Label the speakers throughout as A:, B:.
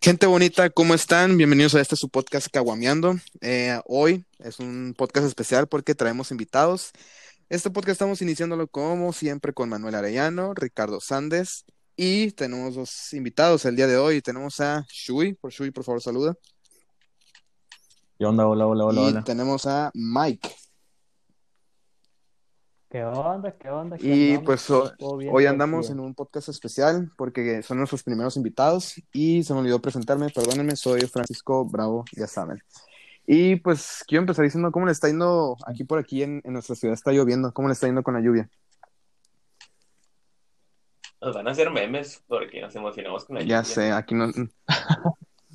A: Gente bonita, ¿cómo están? Bienvenidos a este su podcast Caguameando. Eh, hoy es un podcast especial porque traemos invitados. Este podcast estamos iniciándolo como siempre con Manuel Arellano, Ricardo Sandes y tenemos dos invitados el día de hoy. Tenemos a Shui, por Shui, por favor, saluda.
B: ¿Qué onda? Hola, hola, hola.
A: y
B: hola.
A: tenemos a Mike.
C: ¿Qué onda? ¿Qué onda? ¿Qué
A: Y
C: andamos?
A: pues ho-
C: Todo bien,
A: hoy
C: todo
A: andamos
C: chido.
A: en un podcast especial porque son nuestros primeros invitados y se me olvidó presentarme, perdónenme, soy Francisco Bravo, ya saben. Y pues quiero empezar diciendo cómo le está yendo aquí por aquí en, en nuestra ciudad, está lloviendo, cómo le está yendo con la lluvia.
D: Nos van a hacer memes porque nos emocionamos con la
A: Ya
D: lluvia.
A: sé, aquí no...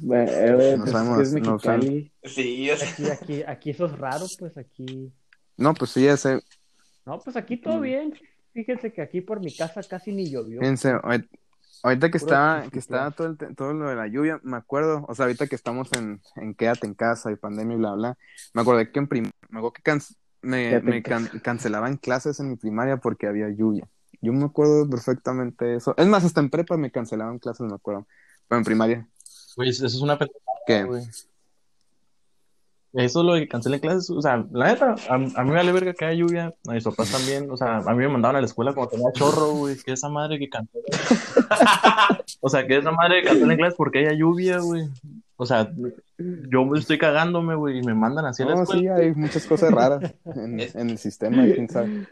E: Bueno, eh, güey,
A: No
E: pues,
A: sabemos,
E: es
A: no sabemos.
E: Mexicali.
D: Sí, o sea,
C: Aquí, aquí, aquí eso es raro, pues aquí.
A: No, pues sí, ya sé.
C: No, pues aquí todo bien. Fíjense que aquí por mi casa casi ni llovió.
A: Fíjense, ahorita- ahorita que
C: Puro
A: está,
C: chiste,
A: que está todo, el te- todo lo de la lluvia, me acuerdo, o sea, ahorita que estamos en, en Quédate en casa y pandemia y bla, bla, me acordé que en prim- me acuerdo que can- me,
E: Quédate en
A: me can- cancelaban clases en mi primaria porque había lluvia. Yo me acuerdo perfectamente de eso. Es más, hasta en prepa me cancelaban clases, me acuerdo. Pero en primaria,
B: Güey, eso es una pendejada,
A: que
B: güey. Eso es lo de que cancelé clases. O sea, la neta, a, a mí me vale verga que haya lluvia. A mis papás también. O sea, a mí me mandaban a la escuela cuando tenía chorro, güey. Que esa madre que cancela. o sea, que esa madre que cancela clases porque haya lluvia, güey. O sea, yo estoy cagándome, güey. Y me mandan así a la
A: No,
B: escuela.
A: sí, hay muchas cosas raras en, en el sistema, quién sabe.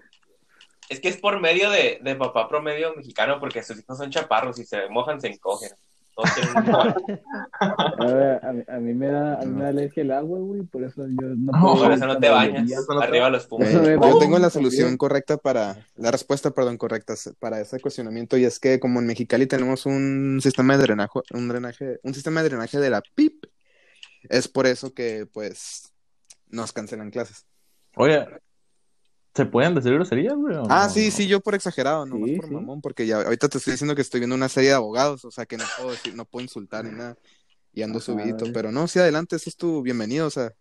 D: es que es por medio de, de papá promedio mexicano porque sus hijos son chaparros y se mojan, se encogen. Todos tienen un igual.
E: A, ver, a mí- a mí me da, a mí me da alergia el agua, güey, por eso yo no
B: No,
D: Por eso no te bañas.
B: eso no te-
D: Arriba los
A: Eh,
D: pumas.
E: Eso me-
A: yo tengo la
E: también.
A: solución correcta para, la respuesta, perdón, correcta s- para ese cuestionamiento y es que como en Mexicali tenemos un sistema de drenaje, un drenaje, un sistema de drenaje de la PIP, es por eso que pues nos cancelan clases.
B: Oye, ¿se pueden decir groserías, güey? o
A: Ah,
B: no?
A: sí, sí, yo por exagerado, no
E: Sí,
A: por
E: sí.
A: mamón, porque ya ahorita te estoy diciendo que estoy viendo una serie de abogados, o sea que no puedo decir, no puedo insultar ni nada. Y ando
E: Ajá, eh.
A: subidito,
E: vale.
A: pero no, sí, adelante, eso es tu bienvenido, o sea,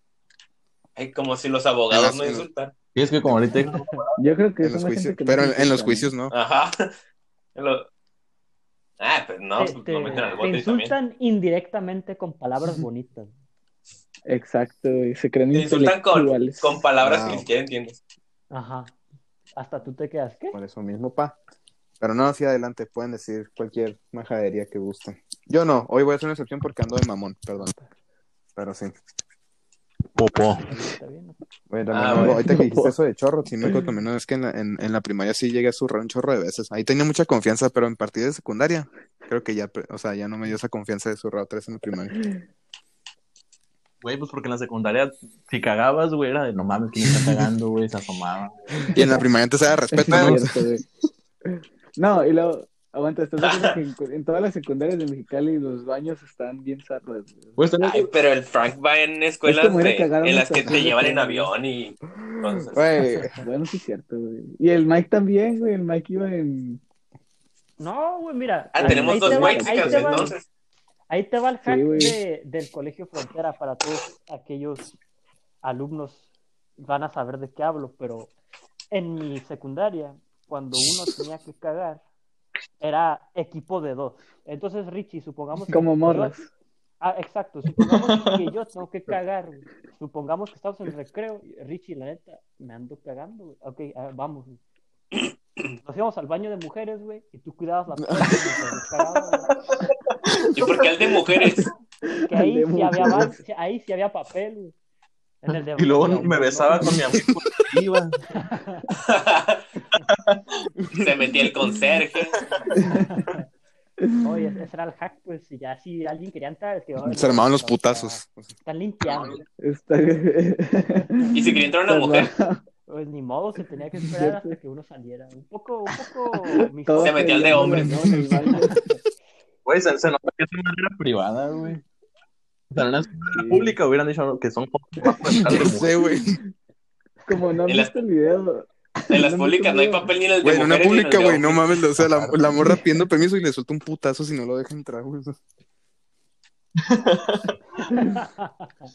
D: Ay, como si los abogados
A: Ah,
D: no
A: sí.
D: insultan.
B: Y es que como ahorita.
E: Yo creo que
A: en
E: es
A: los
E: una gente
A: juicios,
E: que no
A: pero en,
E: se
A: en los
E: escucha,
A: juicios no.
D: Ajá. Lo- Ah, pues no,
C: te, te-
D: lo meten al
C: te
D: bote también.
C: insultan indirectamente con palabras bonitas.
E: ¿no? Exacto, güey, se creen
D: Te insultan con,
E: intelectuales.
D: con palabras
A: Wow.
D: que ni siquiera entiendes.
C: Ajá. Hasta tú te quedas, ¿qué?
A: Por eso mismo, pa. Pero no, hacia adelante pueden decir cualquier majadería que gusten. Yo no, hoy voy a hacer una excepción porque ando de mamón, perdón. Pero sí.
B: Popó.
C: Está bien, ¿no?
A: Oye, también,
D: Ah,
A: no,
D: bueno.
A: Ahorita que dijiste eso de chorro, sí me acuerdo también, no, es que en la, en, en la primaria sí llegué a zurrar un chorro de veces. Ahí tenía mucha confianza, pero en partidas de secundaria, creo que ya, o sea, ya no me dio esa confianza de zurrar tres en la primaria.
B: Güey, pues porque en la secundaria, si cagabas, güey, era de no mames, ¿quién está cagando, güey? Se asomaba.
A: Y en la primaria antes era respeto, ¿no?
E: Es cierto, güey. No, y luego, aguanta, estás de acuerdo que en, en todas las secundarias de Mexicali los baños están bien zarras, güey.
B: Güey, está en el-
D: Ay, pero el Frank va en escuelas
E: como ir a
D: de-
E: cagar a
D: en
E: una
D: las que te
E: estación de
D: llevan en
E: tren.
D: avión y cosas así.
A: Güey,
E: Bueno, sí es cierto, güey. Y el Mike también, güey, el Mike iba en...
C: No, güey, mira.
D: Ah,
C: ahí-
D: tenemos
C: ahí
D: dos
C: te va-
D: white
C: ahí te va-
D: entonces.
C: Ahí te va el hack
E: Sí, güey.
C: de- del Colegio Frontera para todos aquellos alumnos van a saber de qué hablo, pero en mi secundaria, cuando uno tenía que cagar, era equipo de dos. Entonces, Richie, supongamos que
E: Como
C: yo-
E: morras.
C: Ah, exacto, supongamos que yo tengo que cagar. güey. Supongamos que estamos en el recreo. y, Richie, la neta, me ando cagando, güey. Ok, a ver, vamos. güey. Nos íbamos al baño de mujeres, güey, y tú cuidabas la puerta mientras yo cagaba, güey.
D: ¿Y por qué el de mujeres?
C: Que ahí
E: De
C: sí había,
E: mujeres.
C: ban- sí- ahí sí había papel, güey. En el de-
B: Y luego
C: no,
B: me
C: no,
B: besaba
C: no.
B: con mi amigo. Iba.
D: Se metía el conserje.
C: Oye, ese era el hack, pues, y ya si alguien quería entrar, es que... pues,
A: se armaban los
D: Ah,
A: putazos.
D: pues,
C: Están limpiando.
E: Está...
D: Y si quería entrar una mujer,
C: Pues ni modo, se tenía que esperar hasta que uno saliera. Un poco, un poco...
E: Todo
D: Se metió el de
E: peleando,
D: hombres.
E: ¿no? En el baño.
B: Güey, se, se nota que es una manera privada, güey. O sea, en una escuela
E: Sí.
B: pública hubieran dicho que son
A: Ya
D: pues,
A: sé, güey.
E: Como no han
D: En la-
E: visto el video.
D: en las
E: No me
D: públicas no hay
E: acuerdo.
D: papel ni en el de
A: Güey, en una
D: pues, mujeres ni en el
A: pública,
D: de
A: güey, no
D: hombres.
A: mames, o sea, la, la morra pidiendo permiso y le suelta un putazo si no lo deja entrar, güey.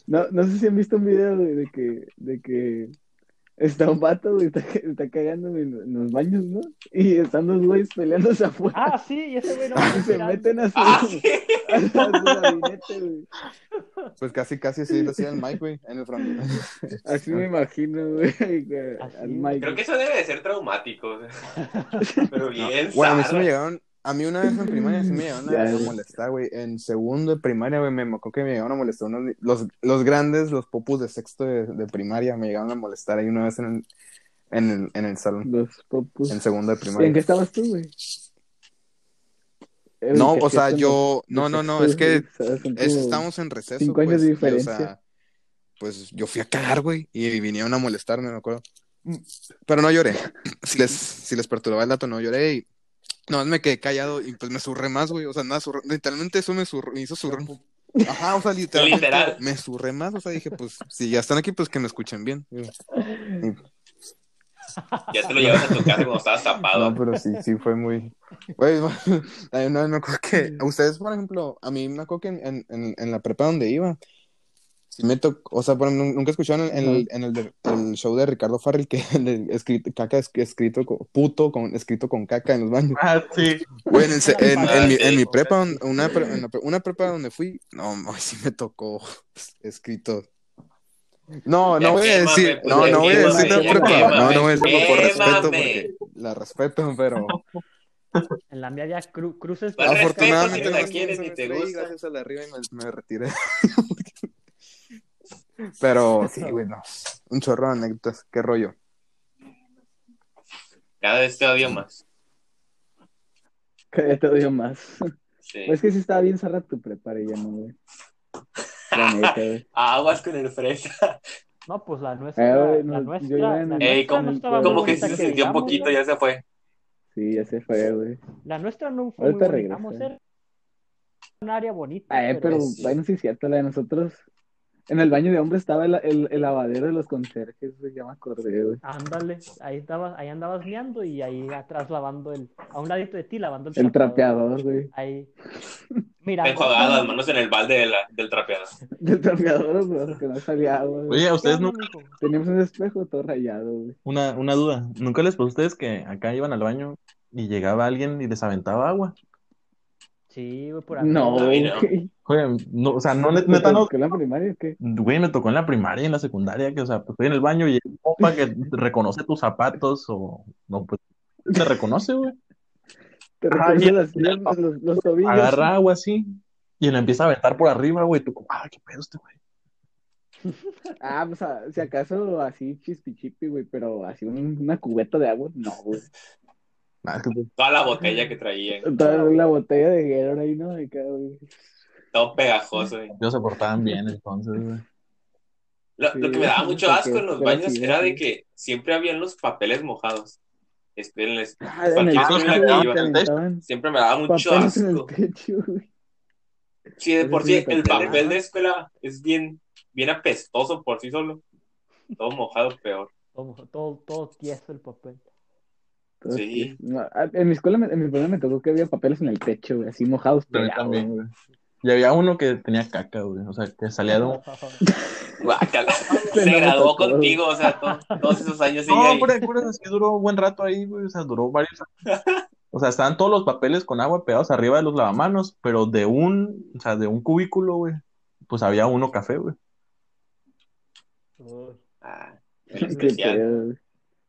E: No, no sé si han visto un video güey, de que, de que Está un vato, güey, está, está cagando güey, en, en los baños, ¿no? Y están dos güeyes peleándose afuera.
C: Ah, sí, y ese güey no
E: y se meten a su,
D: Ah, sí.
E: a su gabinete, güey.
A: Pues casi, casi así lo hacía el Mike, güey, en el front.
E: Así me imagino, güey, que-
C: Así,
E: al
C: güey.
E: Mike.
D: Creo que eso debe de ser traumático. Pero bien,
A: Bueno, a mí sí
D: zarra.
A: me llegaron, a mí una vez en primaria sí me llegaron a,
E: Ya,
A: a
E: güey.
A: molestar, güey. En segundo de primaria, güey, me mocó que me llegaron a molestar unos- los, los grandes, los popus de sexto de, de primaria, me llegaron a molestar ahí una vez en el, en el, en el salón,
E: Los popus.
A: en segundo de
E: ¿Y ¿En qué
A: primaria.
E: estabas tú, güey? Era el
A: No,
E: que
A: o sea,
E: hacías
A: yo,
E: en
A: no,
E: los-
A: no, no,
E: los
A: es que
E: sextos, güey, ¿sabes? Son
A: es-
E: como-
A: estábamos en receso,
E: cinco años de
A: pues, y, o
E: diferencia.
A: sea, pues yo fui a cagar, güey, y vinieron a molestarme, me acuerdo. Pero no lloré. Si les, si les perturbaba el dato, no lloré y no, me quedé callado y pues me surré más, güey. O sea, nada, surré- literalmente eso me, surró- me hizo surrar. Ajá, o sea, literalmente
D: Literal.
A: me surré más. O sea, dije, pues si ya están aquí, pues que me escuchen bien.
D: Ya te lo llevas a tu casa cuando estabas tapado.
E: pues.
A: No, pero sí, sí fue muy. Güey, ay, no, me acuerdo que. a Ustedes, por ejemplo, a mí me acuerdo que en, en- en- en la prepa donde iba, sí me tocó. O sea, por ejemplo, nunca escucharon en, el, en el, de- el show de Ricardo Farrell que el de escrito, caca es- escrito con, puto con, escrito con caca en los baños.
B: Ah, sí.
A: Güey, en, el se- en-
D: Ah,
A: en mi,
D: sí.
A: en mi prepa, un- una, pre- en la pre- una prepa donde fui, no, ay, sí me tocó escrito. No,
D: Ya
A: no voy a
D: quémame,
A: decir,
D: pues,
A: no,
D: ya
A: no voy a decir la
D: quémame, ya
A: prepa, no, no voy a decirlo por
D: quémame.
A: respeto, porque la respeto, pero
C: En la mía ya cru- cruces.
D: Pues, respeto,
A: afortunadamente
D: si no
A: no
D: la
A: estuve
D: quieres
A: en
D: ni
A: esa
D: te
A: estrella y
D: gusta.
A: gracias a la arriba y me, me retiré. pero sí, güey, no, un chorro de anécdotas, qué rollo.
D: Cada vez te odio más.
E: Cada vez te odio más.
D: Sí.
E: Es que sí estaba bien cerrada tu prepara ya no, güey. La neta, güey.
D: Aguas con el fresa.
C: No, pues la nuestra.
E: Eh,
C: la
E: güey, no,
C: nuestra.
E: yo iba en-
C: la
D: Ey,
C: nuestra
D: como-
C: no estaba muy
D: Como que sí
C: bonita
D: se sintió un
C: digamos,
D: poquito,
C: ¿no?
D: ya se fue.
E: Sí, ya se fue, güey.
C: La nuestra no fue
E: Ahorita
C: muy bonita. Vamos a
E: regresa.
C: ser un área bonita.
E: Eh, pero
D: sí.
E: bueno, sí es cierto, la de nosotros. En el baño de hombres estaba el, el, el lavadero de los conserjes, güey, ya me acordé, güey.
C: Ándale, ahí estabas, ahí andabas meando y ahí atrás lavando el, a un ladito de ti lavando el,
E: El trapeador, güey.
C: Ahí. Mira.
D: Enjuagado las manos en el balde de la- del trapeador.
E: Del trapeador, güey, que no salía agua, güey.
B: Oye, a ustedes nunca.
E: Teníamos un espejo todo rayado, güey.
B: Una, una duda. ¿Nunca les pasó a ustedes que acá iban al baño y llegaba alguien y les aventaba agua?
C: Sí, güey, por acá.
E: No,
D: no.
E: güey.
B: Oye, no, o sea, no, ne- neta, no.
E: ¿Que la primaria o qué?
B: Güey, me tocó en la primaria y en la secundaria, que, o sea, pues, estoy en el baño y hay un compa que reconoce tus zapatos o no, pues te reconoce, güey.
E: Te
B: Ay,
E: reconoce las piernas, los, los tobillos.
B: Agarra agua así y le empieza a aventar por arriba, güey. Tú, como, ah, qué pedo este, güey.
E: Ah, pues a- si acaso así chispichipi, güey, pero así un- una cubeta de agua, no, güey.
B: Ah, es que, pues,
D: Toda la botella que traían.
E: Toda la botella de Gerard ahí, ¿no? De cada, güey.
D: Todo pegajoso. güey.
B: ellos se portaban bien, entonces, güey.
D: Lo, lo que me daba
E: Sí,
D: mucho
E: porque
D: asco en los
E: era
D: baños
E: así,
D: era
E: sí.
D: de que siempre habían los papeles mojados. Este, en el-
E: Ah, en el
D: Cualquier
E: techo,
D: celular
E: güey,
D: que iba.
E: te aventaban
D: Siempre me daba mucho
E: papeles en el
D: asco.
E: techo, güey.
D: Sí, de
E: Eso
D: por
E: sí me
D: sí, el
E: tocaba.
D: papel de escuela es bien, bien apestoso por sí solo. Todo mojado, peor.
C: Todo, todo, todo tieso el papel.
E: Todo
D: Sí.
E: así. No, ah, en mi escuela, me- en mi escuela me tocó que había papeles en el techo, güey, así mojados,
B: Pero
E: pegados,
B: también,
E: güey.
B: güey. Y había uno que tenía caca, güey. O sea, que salía de un.
D: Guácala.
E: Se
D: Se
E: lo
D: graduó
E: mató todo.
D: contigo, o sea, to- todos esos años sigue
B: No,
D: ahí.
B: hombre, cura, es que duró un buen rato ahí, güey. O sea, duró varios años. O sea, estaban todos los papeles con agua pegados arriba de los lavamanos, pero de un, o sea, de un cubículo, güey. Pues había uno café, güey.
C: Uy,
D: Ah, el
E: Qué
D: especial.
E: pedo, güey.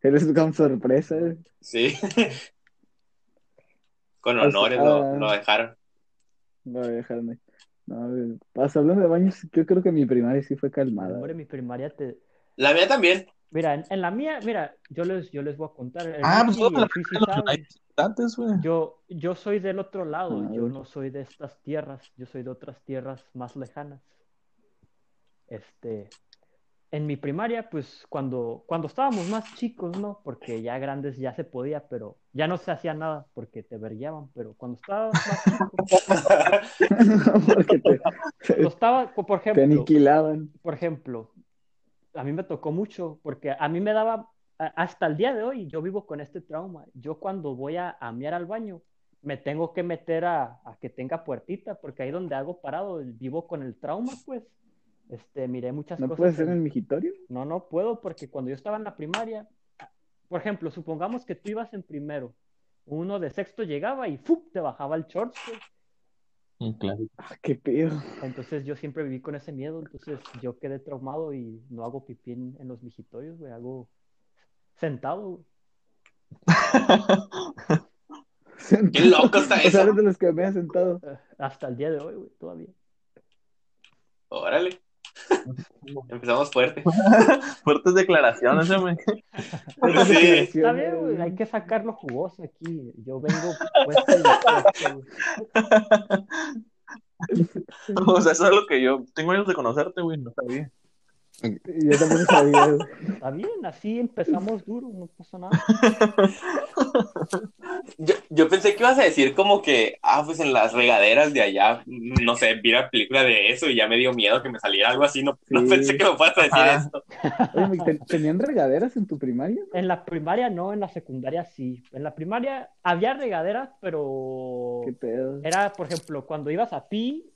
E: Eres como sorpresa, güey.
D: Sí. Con
B: Pues,
D: honores
B: ah.
D: lo, lo dejaron.
E: No, déjame. No, güey. Pues, hablando de baños, yo creo que mi primaria sí fue calmada.
C: hombre, mi primaria te.
D: La mía también.
C: Mira, en, en la mía, mira, yo les, yo les voy a contar. el
B: Ah, pues
C: Ricky,
B: todos
C: el Chuy sí
B: los
C: saben.
B: antes, güey.
C: Yo, yo soy del otro lado,
E: Ah,
C: yo
E: güey.
C: no soy de estas tierras, yo soy de otras tierras más lejanas. Este, en mi primaria, pues cuando, cuando estábamos más chicos, ¿no? Porque ya grandes ya se podía, pero ya no se hacía nada porque te vergueaban, pero cuando estabas más chico,
E: Porque te,
C: cuando estaba, por
E: te
C: ejemplo,
E: aniquilaban.
C: por ejemplo, a mí me tocó mucho porque a mí me daba, a- hasta el día de hoy, yo vivo con este trauma. Yo cuando voy a, a mear al baño, me tengo que meter a, a que tenga puertita, porque ahí donde hago parado, vivo con el trauma, pues. Este, miré muchas
E: ¿No
C: cosas.
E: puedes ser
C: en-
E: en el migitorio?
C: No, no puedo porque cuando yo estaba en la primaria, por ejemplo, supongamos que tú ibas en primero, uno de sexto llegaba y ¡fup! te bajaba el shorts. pues. güey.
B: Mm, Claro.
E: Ah, qué pedo.
C: Entonces yo siempre viví con ese miedo, entonces yo quedé traumado y no hago pipí en, en los mijitorios, güey, hago sentado. güey.
D: Qué loco está
E: O sea,
D: eso.
E: eres de los que me has sentado.
C: Eh, Hasta el día de hoy, güey, todavía.
D: Órale. Empezamos fuerte.
B: Fuertes declaraciones, güey.
D: Sí.
C: Está bien, güey, hay que sacar los jugos aquí. Yo vengo puesto y dispuesto, güey.
B: O sea, eso es lo que yo tengo años de conocerte, güey. No sabía.
E: Yo tampoco sabía. güey.
C: Está bien, así empezamos duro, no pasa nada.
D: Yo, yo pensé que ibas a decir como que, ah, pues en las regaderas de allá, no sé, vi una película de eso y ya me dio miedo que me saliera algo así. No, no
E: Sí.
D: pensé que me fueras a decir
B: Ajá.
D: esto.
E: Oye, Mick, ¿ten- ¿tenían regaderas en tu primaria?
C: En la primaria no, en la secundaria sí. En la primaria había regaderas, pero
E: Qué pedo.
C: era, por ejemplo, cuando ibas a ti,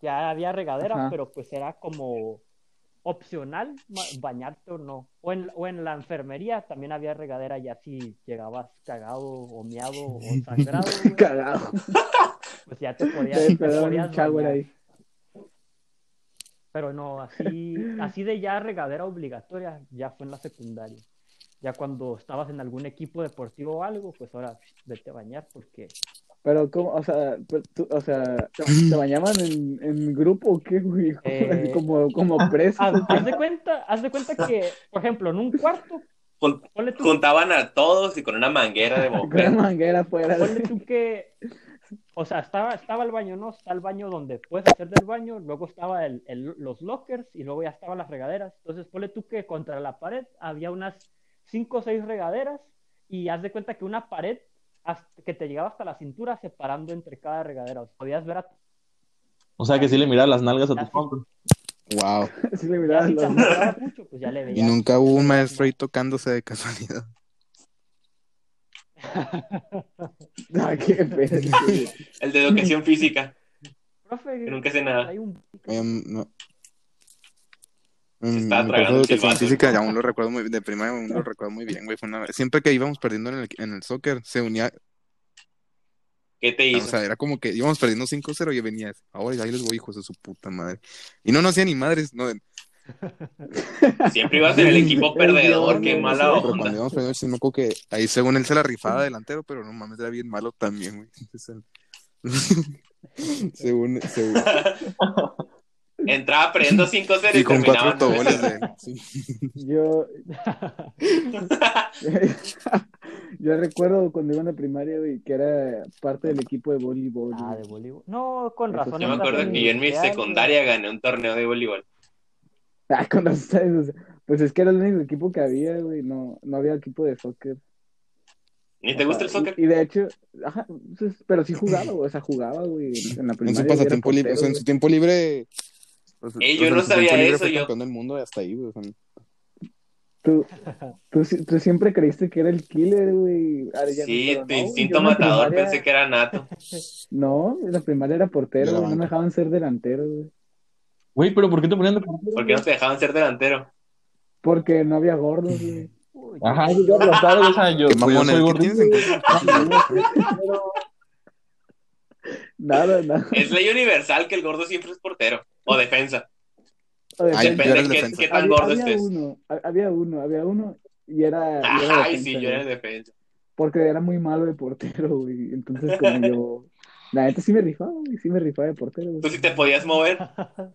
C: ya había regaderas,
E: Ajá.
C: pero pues era como opcional ma- bañarte o no. O en, o en la enfermería también había regadera, ya si llegabas cagado o meado o sangrado, güey,
E: Cagado.
C: pues ya te podías,
E: Te
C: te
E: pegaron
C: podías
E: un shower
C: bañar.
E: ahí.
C: Pero no, así, así de ya regadera obligatoria, ya fue en la secundaria. Ya cuando estabas en algún equipo deportivo o algo, pues ahora psh, vete a bañar porque
E: Pero, ¿cómo? O sea, pero tú- o sea ¿te, te bañaban en, en grupo o qué, güey?
C: Eh, ah,
E: Así como, como preso.
C: haz, haz de cuenta, haz de cuenta que, por ejemplo, en un cuarto,
D: Jun-
C: ponle tú,
D: Juntaban a todos y con una manguera de
E: Con la
D: bombero.
E: manguera afuera.
C: ponle tú que, o sea, estaba, estaba el baño, ¿no? Está el baño donde puedes hacer del baño, luego estaba el, el- los lockers y luego ya estaban las regaderas. Entonces, ponle tú que contra la pared había unas cinco o seis regaderas y haz de cuenta que una pared hasta- que te llegaba hasta la cintura separando entre cada regadera. O sea, podías ver a
B: O sea, que sí le miraba las nalgas a tus compas.
A: Wow.
E: Sí, le
C: ya
E: mirabas
C: si te
E: los-
C: acercabas mucho, pues ya le
A: Y
C: veías.
A: nunca hubo un maestro ahí tocándose de casualidad.
E: Ah, qué pedo.
D: El de educación física,
C: Profe,
D: que nunca hace nada.
C: hay un-
A: Em, no.
D: Se estaba
A: Mm, mi profe
D: tragando
A: de
D: el
A: educación
D: silbato.
A: física, aún lo recuerdo muy bien, de primaria aún lo recuerdo muy bien, güey. Fue una- Siempre que íbamos perdiendo en el, en el soccer, se unía,
D: ¿Qué te
A: o
D: hizo?
A: sea, era como que íbamos perdiendo 5-0 y venía, ahora ahí les voy, hijos de su puta madre. Y no, no hacía ni madres, no,
D: Siempre ibas en el equipo
E: El
D: perdedor,
E: diablo,
D: qué
E: no
D: mala
E: sé.
A: Pero
D: onda.
A: cuando íbamos perdiendo, sí me acuerdo que ahí según él se la rifaba delantero, pero no mames, era bien malo también, güey. Entonces, él- según, según.
D: Entraba perdiendo 5-0 y,
A: Y con cuatro
D: terminaba.
A: autoboles de. sí.
E: Yo. Yo recuerdo cuando iba en la primaria, güey, que era parte del equipo de voleibol.
C: Ah,
E: güey.
C: de voleibol. No, con
E: Eso
C: razón.
E: sí.
D: Yo me
C: estás
D: acuerdo que yo en mi
C: mundial, güey.
D: secundaria gané un torneo de voleibol.
E: Ah, con los ustedes, o sea, Pues es que era el único equipo que había, güey. No, no había equipo de soccer.
D: ¿Ni te gusta el
E: Y-
D: soccer?
E: Y, de hecho, ajá, pues, pero sí jugaba, güey. O sea, jugaba, güey, en la
A: En
E: primaria.
A: su
E: y era
A: pasatiempo libre. O sea, en
E: portero,
A: su tiempo libre. o sea,
D: Ey,
A: o
D: yo
A: sea,
D: no
A: en su
D: sabía
A: tiempo libre
D: eso,
A: fue
D: yo-
A: campeón del mundo y hasta ahí, güey. o sea,
E: güey. Tú, tú, sí- tú siempre creíste que era el killer, güey. Ah, ya-
D: Sí,
E: pero
D: tu
E: no,
D: instinto
E: yo en la
D: matador
E: primaria-
D: pensé que era nato.
E: No, en la primaria era portero,
A: De la
E: güey, no me
A: banca.
E: dejaban ser delantero, güey.
B: Güey, pero ¿por qué te ponían de portero,
D: ¿Por qué no te dejaban ser delantero?
E: Porque no había gordos, güey.
C: Uy,
B: Ajá, yo iba aplastado, o sea, yo,
A: Qué
B: pues, yo
A: mamón,
B: soy
A: ¿eh? ¿Qué
B: gordito.
A: tienes en contra?
E: Nada, nada.
D: Es ley universal que el gordo siempre es portero o defensa.
E: O sea,
A: Ay, yo era el
D: Depende qué,
A: defensa.
D: qué tan
E: había,
D: gordo
E: había
D: estés.
E: uno, ha- había uno, había uno y era, y era
D: Ay,
E: defensa,
D: sí, yo
E: güey.
D: era el defensa.
E: Porque era muy malo de portero, güey. Entonces, como yo. La neta sí me rifaba, güey. Sí me rifaba de portero, güey.
D: Tú sí te podías mover.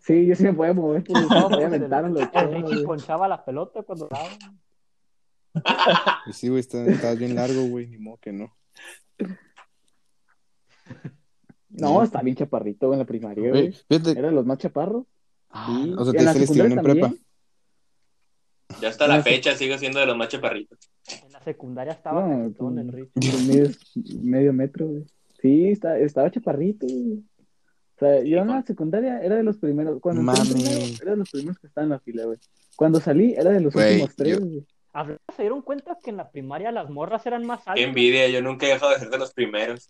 E: Sí, yo sí me podía mover, porque sí me
C: No, pues,
E: podía aventar a los
C: El
E: chavos,
C: Richie
E: güey.
C: ponchaba la pelota cuando daba.
A: Y Sí, güey, está- estabas bien largo, güey, ni modo que no.
E: No, estaba bien chaparrito güey, en la primaria,
A: Güey,
E: güey.
A: fíjate. ah,
E: Era de los más chaparros. Sí.
A: O sea, te
E: Y en la
A: hice el estirón
E: secundaria
A: en prepa.
E: también.
D: Yo hasta la
E: No, sí.
D: fecha sigo siendo de los más chaparritos.
C: En la secundaria estaba
E: No,
C: cajetón
E: tú-
C: el Richie.
E: Medio, medio metro, güey. Sí, está, estaba chaparrito, güey. O sea, yo en la secundaria era de los primeros. Cuando entré en
A: Mami.
E: primero, era de los primeros que estaban en la fila, güey. Cuando salí, era de los
A: Güey,
E: últimos tres,
A: yo-
E: güey.
C: Hablando, ¿Se dieron cuenta que en la primaria las morras eran más
D: Qué
C: altas?
D: envidia, yo nunca he dejado de ser de los primeros.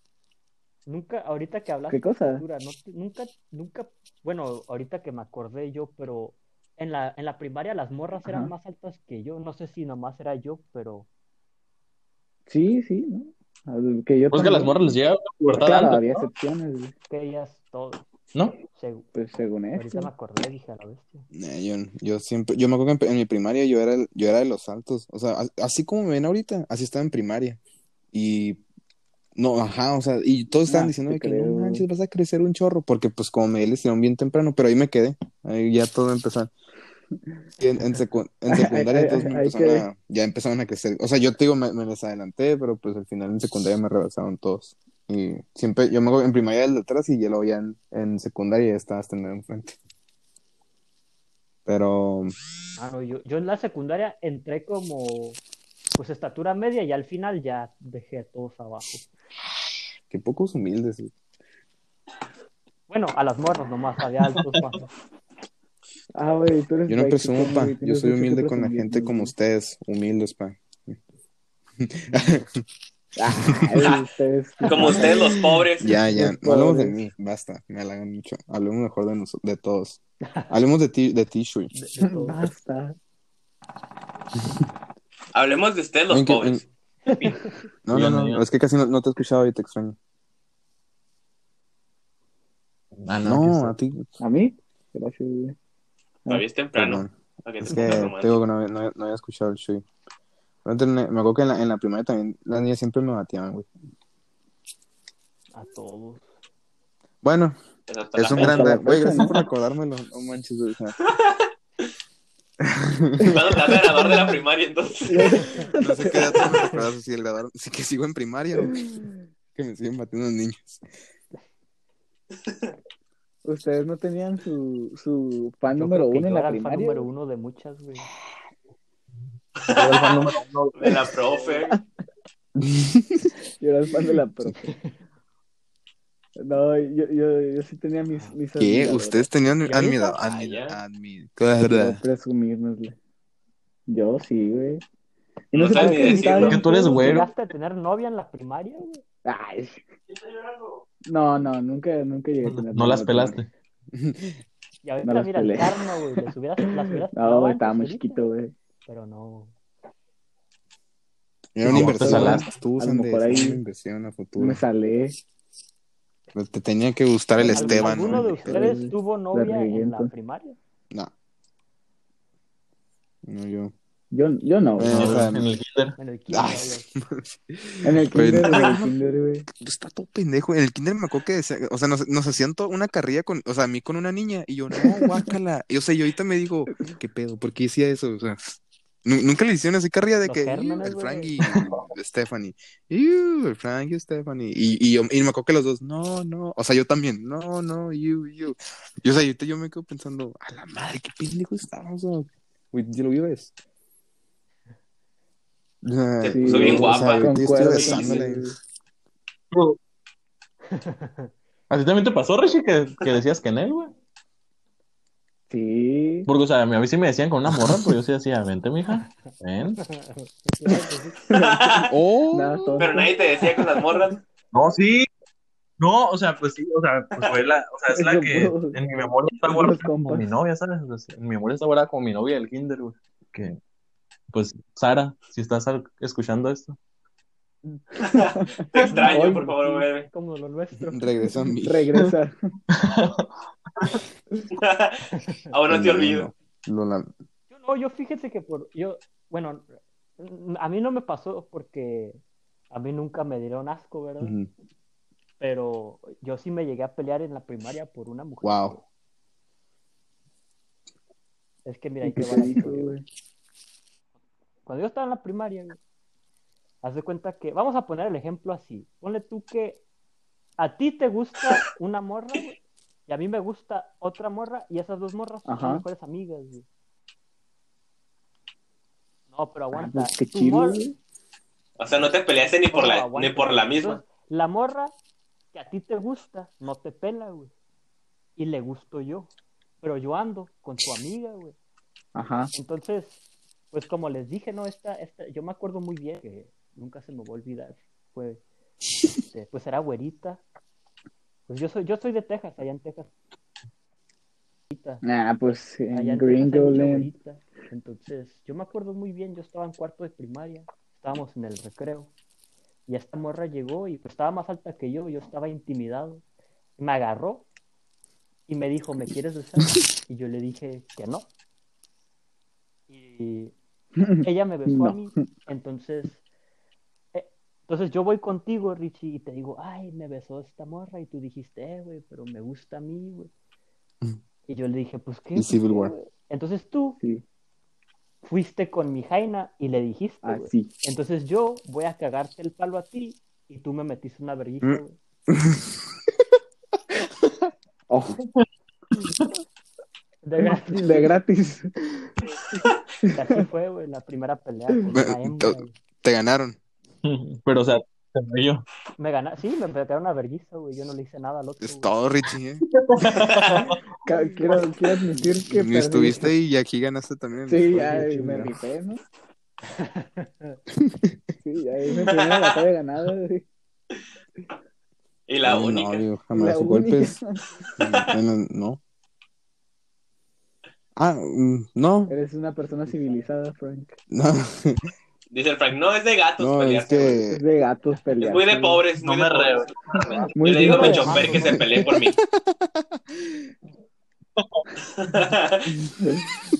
C: Nunca, ahorita que hablas
E: ¿Qué cosa?
C: cultura, no te- nunca, nunca, bueno, ahorita que me acordé yo, pero en la, en la primaria las morras eran
E: Ajá.
C: más altas que yo, no sé si nomás era yo, pero
E: Sí, sí, ¿no? A ver, Que yo
B: Pues que a las
E: también-
B: morras les llega la pubertad
E: Claro,
B: alta,
E: había excepciones, güey,
C: que ellas todo,
B: ¿no?
C: segu-
E: pues según
C: ahorita
E: esto.
C: me acordé, dije a la bestia.
A: Eh, yo, yo siempre, yo me acuerdo que en, en mi primaria yo era, el- yo era de los altos, o sea, a- así como me ven ahorita, así estaba en primaria. Y no, ajá, o sea, y todos estaban
E: Nah,
A: diciendo
E: Ah, te
A: de que
E: creo.
A: no manches, vas a crecer un chorro, porque pues como me lesionaron bien temprano, pero ahí me quedé, ahí ya todo empezó. Y en, en secu- en secundaria
E: Ahí-
A: todos me
E: ahí- ahí
A: empezaron
E: quedé.
A: a- ya empezaron a crecer. O sea, yo te digo, me, me les adelanté, pero pues al final en secundaria me rebasaron todos. Y siempre, yo me acuerdo en primaria el de atrás y ya luego ya en, en secundaria ya estabas teniendo enfrente. Pero
C: Ah, no, yo, yo en la secundaria entré como, pues estatura media y al final ya dejé a todos abajo.
A: Qué pocos humildes. güey.
C: Bueno, a las morras nomás, había altos más.
E: Ah, güey, tú eres
A: Yo no
E: básico,
A: presumo, pa.
E: güey,
A: Yo
E: tienes
A: soy
E: mucho que
A: humilde con la
E: presumir,
A: gente
E: ¿no?
A: como ustedes. Humildes, pa.
E: Ay, ustedes-
D: Como ustedes los pobres.
A: Ya, ya.
E: Los
A: No hablemos de
E: pobres.
A: mí. Basta. Me halagan mucho. Hablemos mejor de nosotros, de todos. Hablemos de ti, de ti, Shui.
C: de- de todo.
E: Basta.
D: Hablemos de ustedes los
A: Oye, que-
D: pobres.
A: No,
B: Ya,
A: no, no.
B: ya.
A: Es que casi no, no te he escuchado y te extraño.
B: Ah,
A: No, a ti.
E: ¿A mí? Gracias, güey.
D: Todavía Ah, es temprano.
A: Perdón.
D: ¿Para qué te
A: Es que
D: pongas
A: te
D: romántico?
A: digo que no, no- no había escuchado el Shui. No te- Me acuerdo que en la, en la primaria también las niñas siempre me bateaban, güey.
C: A todos.
A: Bueno,
D: Es hasta
A: es
D: la
A: un
D: fecha.
A: gran...
E: hasta la
A: Güey,
E: fecha,
A: gracias
E: ¿no?
A: por acordármelo. No manches, güey. o sea,
D: Bueno, estás ganador de la primaria, entonces.
A: No sé qué edad son los recuerdos, si el graduado- si que sigo en primaria o que me siguen batiendo los niños.
E: ¿Ustedes no tenían su, su
C: Yo
E: fan número
C: creo que
E: uno en
C: yo
E: la
C: era el fan
E: primaria?
C: número uno de muchas, güey.
D: De la profe.
E: Yo era el fan de la profe. No, yo, yo, yo sí tenía mis, mis
A: ¿Qué?
E: admiradores.
A: ¿Ustedes tenían
C: ¿Y ahorita?
A: admirado?
D: Ah,
A: admirado,
D: ya.
E: Por presumirnosle. Yo sí, güey. Y
D: No sabes
E: por
D: ni
E: qué
D: decirlo.
E: estaba bien
B: Que tú eres
E: pedo.
B: güero.
C: ¿Llegaste a tener novia en la primaria, güey?
E: Ay. No, no, nunca, nunca llegué a tener
B: ah, No las
E: novia.
B: pelaste.
C: Y ahorita
E: No las
C: mira
E: peleé.
C: el carno, güey. les hubieras- las hubieras
E: No,
C: pegado
E: güey,
C: antes
E: estaba muy
C: ahorita,
E: chiquito, güey.
C: Pero no.
A: Era
B: No,
A: una
B: pues, a
A: inversión.
B: la-
A: Tú,
E: a lo
A: Sandes,
E: mejor
A: era
E: ahí-
A: una inversión a
E: Me
A: futuro.
E: salé.
A: Pero Te tenía que gustar el
E: Al-
C: ¿Al-
A: Esteban.
C: ¿Alguno
A: ¿no?
C: de ustedes tuvo novia en la
E: reviento.
C: primaria?
A: No. No, yo.
E: Yo, yo no, güey.
A: Eh, o sea,
B: en el kinder.
C: En el kinder,
A: Ay,
C: güey.
E: En el
A: Güey,
E: kinder,
A: no.
E: güey, el kinder, güey.
A: está todo pendejo. En el kinder me acuerdo que decía- o sea, nos, nos hacían to- una carrilla con, o sea, a mí con una niña, y yo, no, guácala. Y, o sea, yo ahorita me digo, ¿qué pedo? ¿Por qué hacía eso? O sea, nu- nunca le hicieron así carrilla de
C: Los
A: que
C: gérmenes,
A: "Iu, el
C: güey".
A: Frank y Stephanie. "Iu, el Frank y Stephanie. Y, y, yo- y me acuerdo que los dos, no, no. O sea, yo también, no, no, you, you. Y o sea, ahorita yo me quedo pensando, a la madre, qué pendejo estamos. O sea, güey, ¿ya lo vives?
D: Te
A: Soy
D: puso bien guapa.
A: estoy
E: Concuerdo, sí,
A: besándole.
E: sí.
B: ¿A ti también te pasó, Richie, que, que decías que en él, güey?
E: Sí.
B: Porque, o sea, a mí sí me decían con una morra, pero yo sí decía, vente, mija, ven.
A: Oh,
E: Nada, todo.
D: Pero nadie te decía con las morras.
B: No, sí. No, o sea, pues sí, o sea, pues fue la, o sea, es la que en mi memoria está
E: Los
B: guardada
E: compas.
B: como mi novia, ¿sabes? O sea, en mi memoria está guardada como mi novia del kinder, güey. Que, pues, Sara, si estás al- escuchando esto.
D: Te extraño,
E: Ay,
D: por favor, güey.
C: Como lo nuestro.
A: regresa a mí.
E: Regresa.
D: Aún no Ah, te olvido.
A: Lo lam-
C: Yo no, yo fíjate que por. yo Bueno, a mí no me pasó porque a mí nunca me dieron asco, ¿verdad?
A: Ujú.
C: Pero yo sí me llegué a pelear en la primaria por una mujer.
A: Wow.
C: Es que mira,
E: ¿Y
C: ahí
E: qué
C: te va
E: te
C: la
E: dijo,
C: historia.
E: güey?
C: Cuando yo estaba en la primaria, güey, haz de cuenta que, vamos a poner el ejemplo así, ponle tú que a ti te gusta una morra, güey, y a mí me gusta otra morra, y esas dos morras pues,
E: Ajá.
C: son mejores amigas, güey. No, pero aguanta.
E: Ah, pues, Qué
C: tu
E: chido,
C: mor-
E: güey.
D: O sea, no te peleaste ni por
C: no,
E: Ah,
D: la,
C: aguanta.
D: ni por la misma.
C: Entonces, la morra que a ti te gusta no te pela, güey. Y le gusto yo. Pero yo ando con tu amiga, güey.
E: Ajá.
C: Entonces, pues como les dije, no, esta, esta, yo me acuerdo muy bien que nunca se me va a olvidar. Fue, este, pues era güerita Pues yo soy, yo soy de Texas, allá en Texas. Ahorita,
E: Nah, pues
C: Allá
E: en
C: en Texas hay mucha
E: Gringoland.
C: bolita. Entonces, yo me acuerdo muy bien, yo estaba en cuarto de primaria, estábamos en el recreo, y esta morra llegó y pues, estaba más alta que yo, yo estaba intimidado, me agarró y me dijo, ¿me quieres besar? Y yo le dije que no. Y ella me besó a
E: No.
C: mí, entonces, eh, entonces yo voy contigo, Richie, y te digo, ay, me besó esta morra, y tú dijiste, eh, güey, pero me gusta a mí, güey.
A: Mm.
C: Y yo le dije, pues qué.
A: Y Civil
C: ¿Por
A: War.
C: qué, güey? Entonces tú
E: Sí,
C: fuiste con mi Jaina y le dijiste, güey.
E: así.
C: Entonces yo voy a cagarte el palo a ti y tú me metiste una verguita,
A: Mm.
C: güey.
E: Ojo,
C: De verdad,
E: de gratis.
C: así fue, güey, la primera pelea con
A: Me-
C: la hembra,
A: to-
C: güey.
A: Te ganaron.
B: Pero, o sea, se río.
C: Me gana, sí, me pegaron una verguiza, güey. Yo no le hice nada al otro.
A: Es
C: güey.
A: todo, Richie. ¿eh?
E: Ca- Quiero, quiero admitir que. perdí.
A: Estuviste y aquí ganaste también.
E: Sí,
A: Fue
E: ay,
A: chingón.
E: me rifé, ¿no? Sí, ahí me tenía la batalla ganada. güey.
D: Y la
A: No,
D: única.
A: yo jamás
E: La
A: golpes.
E: única.
A: Bueno, no. Ah, mm, no,
E: Eres una persona civilizada, Frank.
A: no,
D: Dice el Frank, no es de gatos
A: no, es
D: pelearse. güey.
A: que
E: Es de gatos
D: Es
E: pelear.
D: muy de pobres,
B: No
D: muy
B: me
D: de pobres.
B: reo.
E: Muy
D: Yo le digo a
E: bien,
D: mi
E: güey.
D: chofer que se pelee por mí.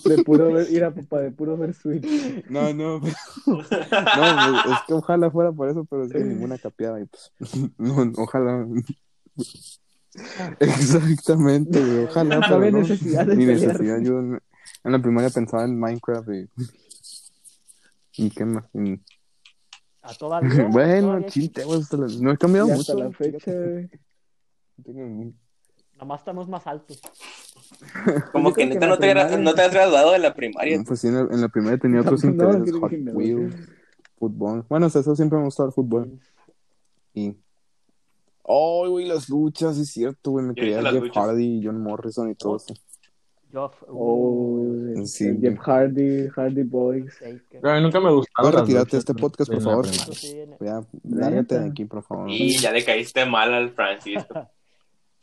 E: De puro ver, mira, papá, de puro ver Switch.
A: No, no, pero- no, es que ojalá fuera por eso, pero es que ninguna capeaba y pues, no, ojalá. Exactamente, güey, ojalá,
E: No
A: pero
E: había
A: no,
E: necesidad de
A: ni
E: pelear.
A: necesidad. Yo en, en la primaria pensaba en Minecraft y, y qué más. y-
C: A toda vida,
A: bueno,
C: todavía-
A: chiste, güey, hasta la- no he cambiado
E: Y
A: mucho.
E: hasta la fecha, güey.
A: Tengo-
C: Nomás estamos más altos.
D: Como
E: Yo creo
D: que
E: que
D: neta
E: la
D: no te, gra-
E: primaria-
D: no te has graduado de la primaria.
A: No, pues sí, en la, en la primaria tenía otros
E: No,
A: intereses,
E: creo
A: Hot
E: que no.
A: Wheels, fútbol. Bueno, o sea, eso siempre me gustó el fútbol. Y... ¡Ay, güey, las luchas! sí Es cierto, güey, me
D: Y ahorita
A: quería
D: las
A: Jeff
D: luchas.
A: Hardy, John Morrison y
B: Oh,
A: todo eso.
C: Yo, f-
E: Oh,
A: Sí,
E: el-
A: sí.
E: el Jeff Hardy, Hardy Boys.
C: Taker.
B: Pero a mí nunca me gustaron.
A: Puedes
B: las
A: retirarte de
B: luchas
A: este podcast,
B: de
A: por
B: la
A: favor.
B: primaria.
C: Eso sí, en-
A: Ya, lárgate de
E: Neta.
A: aquí, por favor.
D: Y ya le caíste mal al Francisco.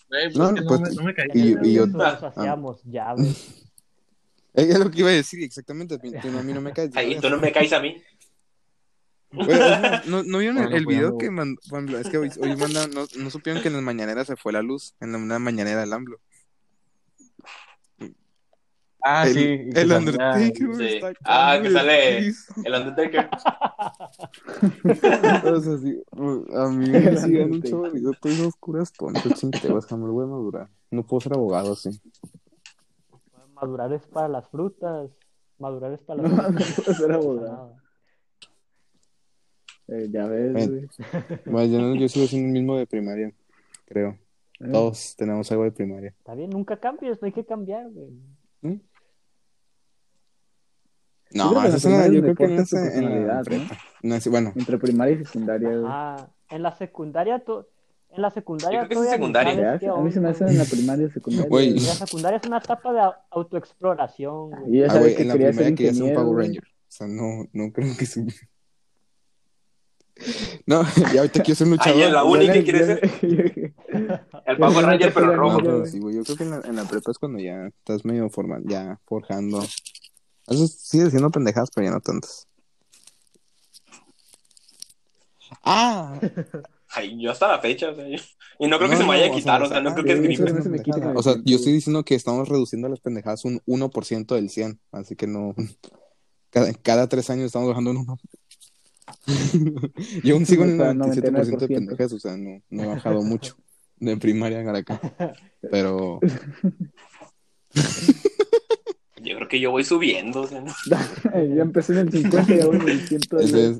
B: Güey, pues
A: No,
B: es que no
A: pues,
B: me- no me caía.
A: y- y yo-
C: Eso nos hacíamos llaves.
A: Eh, Es lo que iba a decir, exactamente. tú no- a mí no me caes.
D: Ay, tú no me caes a mí.
A: Oye, oye, ¿no, no vieron el-
B: Bueno,
A: el
B: pues,
A: video
B: no.
A: que mandó? Es que hoy, hoy mandaron, no, no supieron que en las mañaneras se fue la luz, en la- una mañanera del AMLO.
B: Ah,
A: el,
B: sí. y que
A: el
B: salía-
A: Undertaker, güey,
D: sí.
A: está
D: Ah,
A: acá,
D: que
A: güey,
D: sale-
A: listo.
D: El Undertaker.
A: Entonces, así, pues, a mí me sigan un chavo yo estoy en oscuras tontas, chinteos, jamás voy a madurar. No puedo ser abogado así.
C: Madurar es para las frutas. Madurar es para
E: No,
C: las Ah,
E: no
C: frutas.
E: puedo ser
C: No pasa
E: abogado.
C: nada.
E: Eh, ya ves,
A: Eh,
E: güey.
A: Bueno, yo, no- yo sigo siendo el mismo de primaria, creo.
E: Eh,
A: Todos tenemos algo de primaria.
C: Está bien, nunca cambies, no hay que cambiar, güey.
E: Yo
A: No,
E: creo que
A: eso
E: la
A: es una, yo
E: primaria es donde
A: creo que no
E: cortas tu
A: sé, en la
E: personalidad,
A: prepa. No, sí, bueno,
E: Entre primaria y secundaria, güey.
C: Ah, en la secundaria to- en la secundaria
D: Yo creo que es
C: todavía ni
D: secundaria.
E: Se
C: sabes
E: hace-
C: qué
E: A mí se me
C: onda,
E: hace
C: güey.
E: en la primaria y secundaria.
A: Güey.
E: güey.
C: La secundaria es una etapa de au- autoexploración, güey.
E: Y ya
A: ah,
E: sabes
A: güey,
E: que
A: en la
E: quería ser
A: primaria quería ser un
E: ingeniero,
A: Power
E: güey.
A: Ranger. O sea, no, no creo que sí. No, y ahorita quiero ser luchador.
D: Ay, en la
E: Yo
D: única
E: le-
D: que quiere
E: yo-
D: ser el
E: yo
D: Power
E: creo
D: Ranger,
E: que
D: pero
E: soy
A: No,
D: rojo.
E: anillo.
A: pero
E: güey.
A: sí, güey, yo creo que en la, en la prepa es cuando ya estás medio formal, ya forjando. A veces sigues haciendo pendejadas, pero ya no tantas. Ah,
D: Ay, yo hasta la fecha, o sea, yo- y no creo
A: No,
D: que se me vaya a
A: no,
D: quitar, o sea, no creo que es
E: sí,
D: gringo.
E: eso no se me quita.
A: O sea, yo estoy diciendo que estamos reduciendo las pendejadas un 1% del 100, así que no. Cada, cada tres años estamos bajando un 1. yo aún sigo en el
E: Para el
A: 97% de
E: 99%.
A: pendejadas, o sea, no, no he bajado mucho de primaria a acá. Pero
D: Yo creo que yo voy subiendo, o sea, no.
E: Ya empecé en el 50 y ahora en el 110.
A: ese es,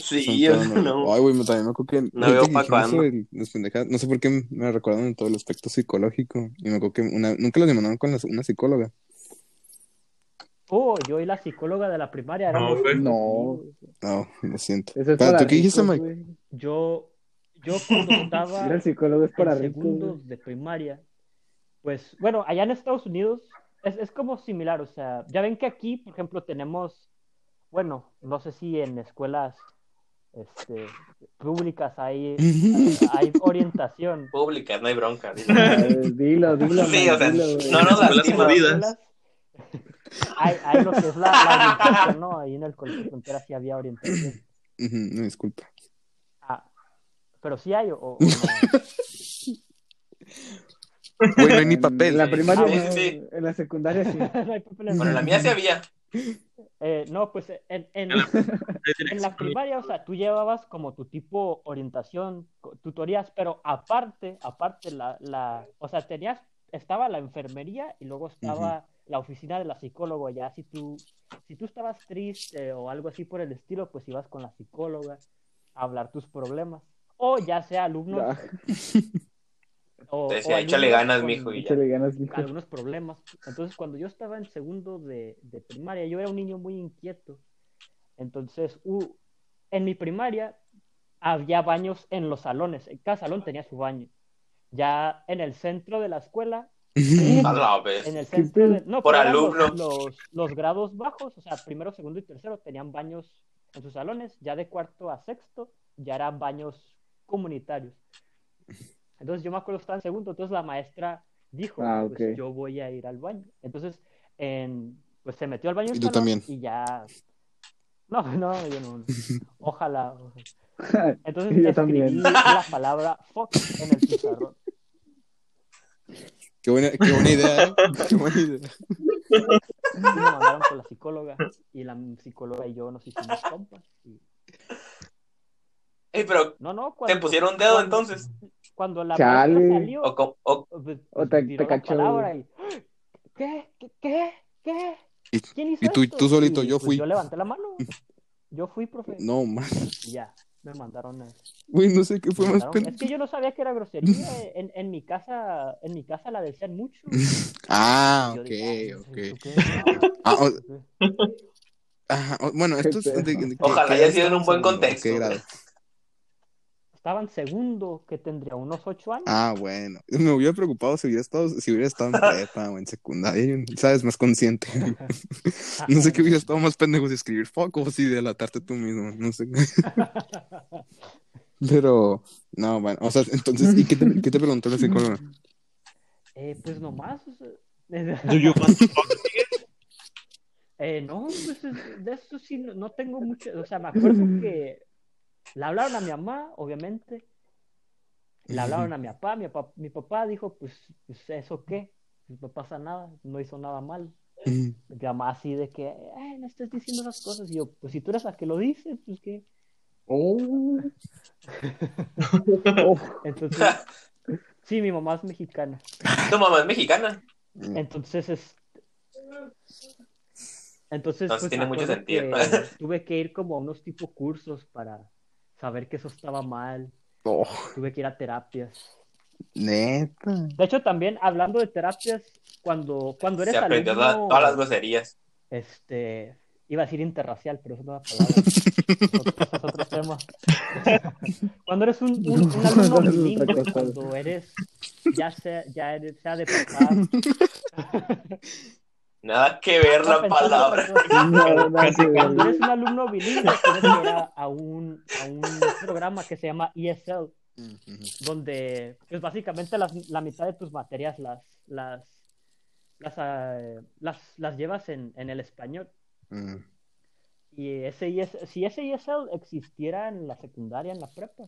A: Son
D: Sí, o sea,
A: todo, ¿no?
D: no.
A: Ay, güey, me- también me acuerdo que.
D: No
A: ahorita
D: veo
A: que
D: pa'
A: dijimos
D: cuándo.
A: sobre las pendejadas, no sé por qué me recordaron en todo el aspecto psicológico. Y me acuerdo que una, nunca los demandaron con la- una psicóloga.
C: Oh, yo y la psicóloga de la primaria
B: No,
C: éramos
B: güey.
E: No.
A: No, lo siento.
E: Eso es
A: Pero,
E: para
A: ¿tú qué dijiste,
E: ricos,
A: Mike?
E: güey.
C: Yo, yo cuando estaba
E: Ir al psicólogo es para
C: en
E: ricos.
C: segundos de primaria, pues bueno, allá en Estados Unidos es, es como similar, o sea, ya ven que aquí, por ejemplo, tenemos, bueno, no sé si en escuelas este, públicas hay, hay orientación.
D: Públicas, no hay bronca. dice.
E: Pues, Dilo, dilo.
D: Sí,
E: man,
D: o sea,
E: dilo, güey.
D: no nos lastima.
B: jodidas.
C: Hay, hay lo que es la, la orientación, ¿no? Ahí en el Colegio Frontera sí había orientación.
A: Ujú, no, disculpa.
C: Ah, pero sí hay o, o no.
A: Güey, no hay ni
E: En
A: papel.
E: La primaria,
D: Ah, Sí,
E: no,
D: sí.
E: en la secundaria sí.
C: No hay papel en-
D: Bueno, en la mía sí había.
C: Eh, no, pues en, en, en la
B: Este,
C: primaria, o sea, tú llevabas como tu tipo orientación, co- tutorías, pero aparte, aparte, la, la, o sea, tenías, estaba la enfermería y luego estaba la oficina de la psicóloga, ya si tú, si tú estabas triste o algo así por el estilo, pues ibas con la psicóloga a hablar tus problemas. O ya sea alumnos.
E: Ah,
C: O, o
D: Te decía, échale
C: alumnos
D: ganas,
C: con-
D: mijo, y ya.
E: échale ganas, mijo.
C: algunos problemas. Entonces, cuando yo estaba en segundo de, de primaria, yo era un niño muy inquieto. Entonces, u- en mi primaria había baños en los salones. En Cada salón tenía su baño. Ya en el centro de la escuela,
D: A la vez.
C: en el centro de- no,
D: Por
C: pero eran los-
D: alumno.
C: Los, los grados bajos, o sea, primero, segundo y tercero, tenían baños en sus salones. Ya de cuarto a sexto, ya eran baños comunitarios. Entonces yo me acuerdo que estaba en segundo, entonces la maestra dijo,
E: Ah,
C: pues
E: ok.
C: yo voy a ir al baño. Entonces, en, pues se metió al baño del
A: Y tú
C: salón
A: también.
C: y ya... No, no, yo no. Ojalá. Entonces
E: Yo
C: escribí
E: también.
C: la palabra fuck en el pizarrón.
A: Qué buena, qué buena idea, ¿eh? Qué buena idea.
C: Y me mandaron con la psicóloga y la psicóloga y yo nos hicimos compas. y-
D: Ey, pero
C: No, no, cuando,
D: te pusieron un dedo
C: cuando-
D: entonces.
C: Cuando la
E: Chale.
C: maestra salió,
D: O, co- o-
C: pues,
E: O te-
C: tiró
E: te
C: la
E: cachó.
C: palabra y, ¿Qué? ¿Qué? ¿Qué? ¿Qué?
A: Y-
C: ¿Quién hizo
A: y tú-
C: esto?
A: tú solito,
C: Y,
A: yo
C: pues,
A: fui.
C: yo levanté la mano. Yo fui, profe.
A: No, man.
C: Y ya, me mandaron. a-
A: Güey, no sé qué fue
C: me
A: más
C: mandaron-
A: pena.
C: Es que yo no sabía que era grosería. En, en mi casa, en mi casa la decían mucho.
A: Ah,
C: Y yo
A: ok,
C: dije, "Ah,
A: ok.
C: ¿tú qué?".
A: Ah, o- ajá, o- bueno,
E: Qué
A: esto es de- de- de-
D: Ojalá
A: que-
D: haya
A: que
D: sido en un buen
A: segundo,
D: contexto.
A: ¿qué grado?
C: Estaba en segundo, que tendría unos ocho años.
A: Ah, bueno. Me hubiera preocupado si hubiera estado, si hubiera estado en prepa o en secundaria, sabes, más consciente. Ah, No sé
C: Ah,
A: qué hubiera estado más pendejo si escribir fuck o si delatarte tú mismo, no sé. Pero, no, bueno, o sea, entonces, ¿y qué te, qué te preguntó la psicóloga?
C: Eh, pues nomás. o sea,
B: Do you want to fuck?
C: Eh, no, pues es- de eso sí no, no tengo mucho, o sea, me acuerdo que le hablaron a mi mamá, obviamente, le hablaron a mi papá, mi papá, mi papá dijo, pues, pues eso qué, Pues, no pasa nada, no hizo nada mal.
A: Ujú.
C: Mi mamá así de que, "Ay, no estés diciendo esas cosas, y yo, pues si tú eres la que lo dice, pues qué.
E: Oh. Oh,
C: Entonces, sí, mi mamá es mexicana,
D: Tu mamá es mexicana.
C: entonces es... Entonces,
D: Entonces tiene
C: me
D: mucho
C: acuerdo
D: sentido,
C: que
D: ¿no?
C: tuve que ir como a unos tipo cursos para saber que eso estaba mal.
A: Oh,
C: Tuve que ir a terapias.
A: neta.
C: De hecho, también hablando de terapias, cuando, cuando eres
D: Se aprendió toda-
C: alumno,
D: todas las groserías.
C: este, iba a decir interracial, pero eso no es la palabra. Eso es otro tema. cuando eres un, un, un alumno
E: Eso es otra
C: bilingüe,
E: cosa.
C: cuando eres, ya sea, ya eres, sea de papá,
D: Nada que ver la palabra.
E: no, no,
B: Casi,
E: que ver.
C: cuando eres un alumno bilingüe, tienes que ir a, a un, a un programa que se llama ESL, donde pues básicamente las- la mitad de tus materias las las las, eh, las, las llevas en, en el español
A: Ujú.
C: y ese IS si ese ISL existiera en la secundaria en la prepa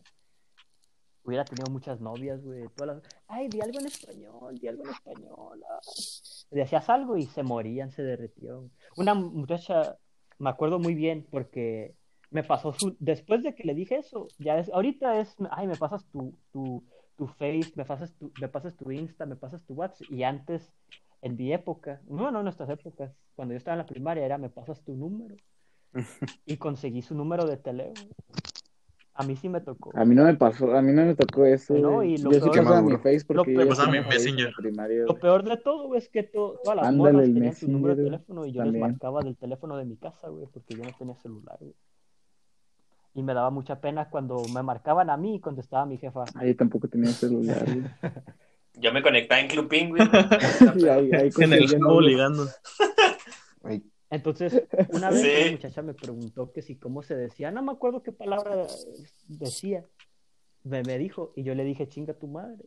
C: hubiera tenido muchas novias güey todas las- ay di algo en español di algo en español ay". le hacías algo y se morían se derretieron una muchacha me acuerdo muy bien porque me pasó su después de que le dije eso ya es ahorita es ay me pasas tu tu tu face me pasas tu me pasas tu insta me pasas tu WhatsApp y antes en mi época no no en nuestras épocas cuando yo estaba en la primaria era me pasas tu número y conseguí su número de teléfono a mí sí me tocó
E: A mí no me pasó, a mí no me tocó eso.
C: No,
E: güey.
C: y lo
E: yo sí
C: peor-
E: pasaba
A: Qué
E: mi
A: maduro.
E: Face porque
C: Lo
E: yo
C: peor-
D: Pues
E: pasaba
B: Pasaba
E: mi
B: mi
E: Face en
B: Messenger.
E: la primaria.
C: Lo
E: güey.
C: peor de todo, güey, es que to- todas las
E: Ándale,
C: morras
E: el
C: tenían su número de
E: Messenger,
C: teléfono y yo les
E: también.
C: marcaba del teléfono de mi casa, güey, porque yo no tenía celular, güey. Y me daba mucha pena cuando me marcaban a mí y contestaba mi jefa.
E: Ahí Ah, tampoco tenía celular. güey.
D: Yo me conectaba en Club Penguin.
E: Y ahí, ahí
B: En el
E: conseguía
B: cabo
E: novias.
B: ligando.
A: Güey,
C: Entonces, una vez
D: Sí.
C: una muchacha me preguntó que si cómo se decía, no me acuerdo qué palabra decía, me, me dijo, y yo le dije, chinga tu madre,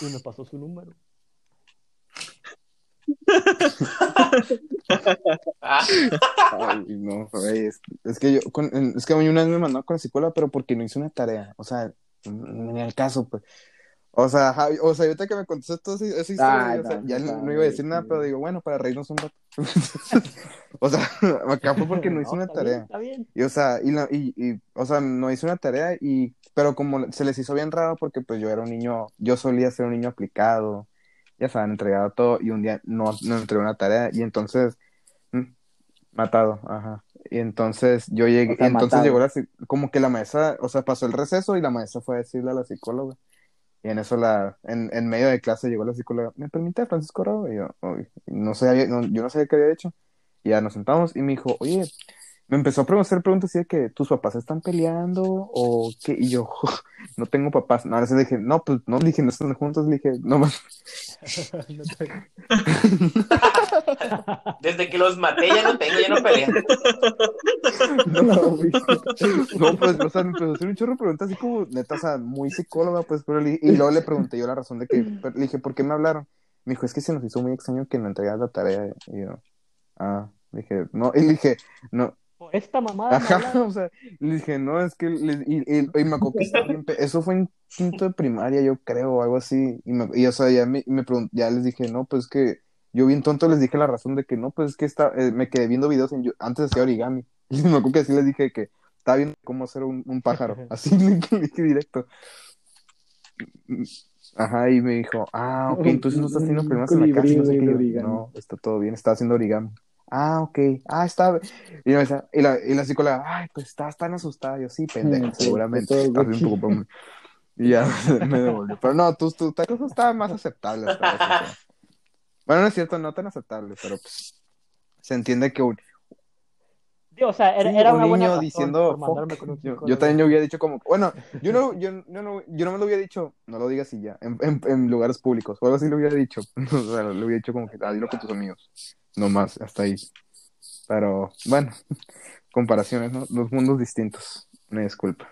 C: y me pasó su número.
D: Ah,
A: Ay, no, güey, es, es que yo, con- en- es que a mí una vez me mandó con la psicóloga, pero porque no hice una tarea, o sea, n- ni al caso, pues. O sea, Javi, o sea, ahorita que me contestaste todo ese- esa historia,
E: Ay,
A: o sea,
E: no,
A: ya no,
E: no,
A: no iba a decir
E: sí.
A: nada, pero digo, bueno, para reírnos un rato. o sea, acá fue porque no hice una
C: está bien,
A: tarea.
C: está bien.
A: Y, o sea, y, la- y, y, o sea, no hice una tarea, y, pero como se les hizo bien raro, porque pues yo era un niño, yo solía ser un niño aplicado, ya saben, entregado todo, y un día no, no entregué una tarea, y entonces, mm, matado, ajá. Y entonces yo llegué,
E: O sea,
A: y entonces
E: matado.
A: llegó la, psi- como que la maestra, o sea, pasó el receso y la maestra fue a decirle a la psicóloga. Y en eso la, en, en medio de clase llegó la psicóloga, ¿me permite Francisco Rao? Y yo, "Uy". no sabía, no- yo no sabía qué había hecho. Y ya nos sentamos y me dijo, oye, me empezó a pre- hacer preguntas así de que tus papás están peleando o qué. Y yo, no tengo papás. No, ahora sí le dije, no, pues no, le dije, no están juntos. Le dije, no más.
C: No te-
D: desde que los maté ya no tengo, ya no pelea.
E: No, güey.
A: No, pues, o sea, me empezó a hacer un chorro de preguntas así como, neta, o sea, muy psicóloga, pues, pero le- y luego le pregunté yo la razón de que, pero le dije, ¿por qué me hablaron? Me dijo, es que se nos hizo muy extraño que no entregaras la tarea. Y yo, ah, le dije, no, y le dije, no,
C: Por esta mamada. me
A: ajá,
C: hablaron.
A: o sea, le dije, no, es que, le- y, y- y me acuerdo que estaba bien, pe- eso fue en quinto de primaria, yo creo, o algo así, y, me- y, o sea, ya, me, me pregun- ya les dije, no, pues que, yo bien tonto les dije la razón de que no, pues es que está, eh, me quedé viendo videos en, yo- antes hacía origami, y me acuerdo que así les dije que estaba viendo cómo hacer un, un pájaro, así le le dije directo. Ajá, y me dijo, ah, ok, entonces no estás teniendo problemas en la casa, y no sé
E: Colibrí,
A: qué,
E: güey,
A: Y yo,
E: origami.
A: no, está todo bien, estaba haciendo origami. Ah, ok. Ah, está. Y, yo decía- y la, y la psicóloga, ay, pues estabas tan asustada. Yo sí, pendejo,
E: Sí,
A: seguramente. Ah,
E: todo
A: Estás
E: bien.
A: bien preocupado. Y ya me devolvió. Pero no, tus tus tacos estaban más aceptables. hasta eso, o sea. Bueno, no es cierto, no tan aceptables, pero pues se entiende que un,
C: Sí, o sea, era,
A: Sí,
C: era
A: un
C: una buena
A: niño
C: razón
A: diciendo
C: por mandarme
A: "Fuck".
C: con un
A: yo, yo
C: psicólogo.
A: también yo hubiera dicho como bueno yo no yo, yo no yo no me lo hubiera dicho no lo digas y ya en, en- en lugares públicos o algo así lo hubiera dicho o sea lo hubiera dicho como que ah, dilo con tus amigos no más hasta ahí pero bueno comparaciones ¿no? dos mundos distintos me disculpa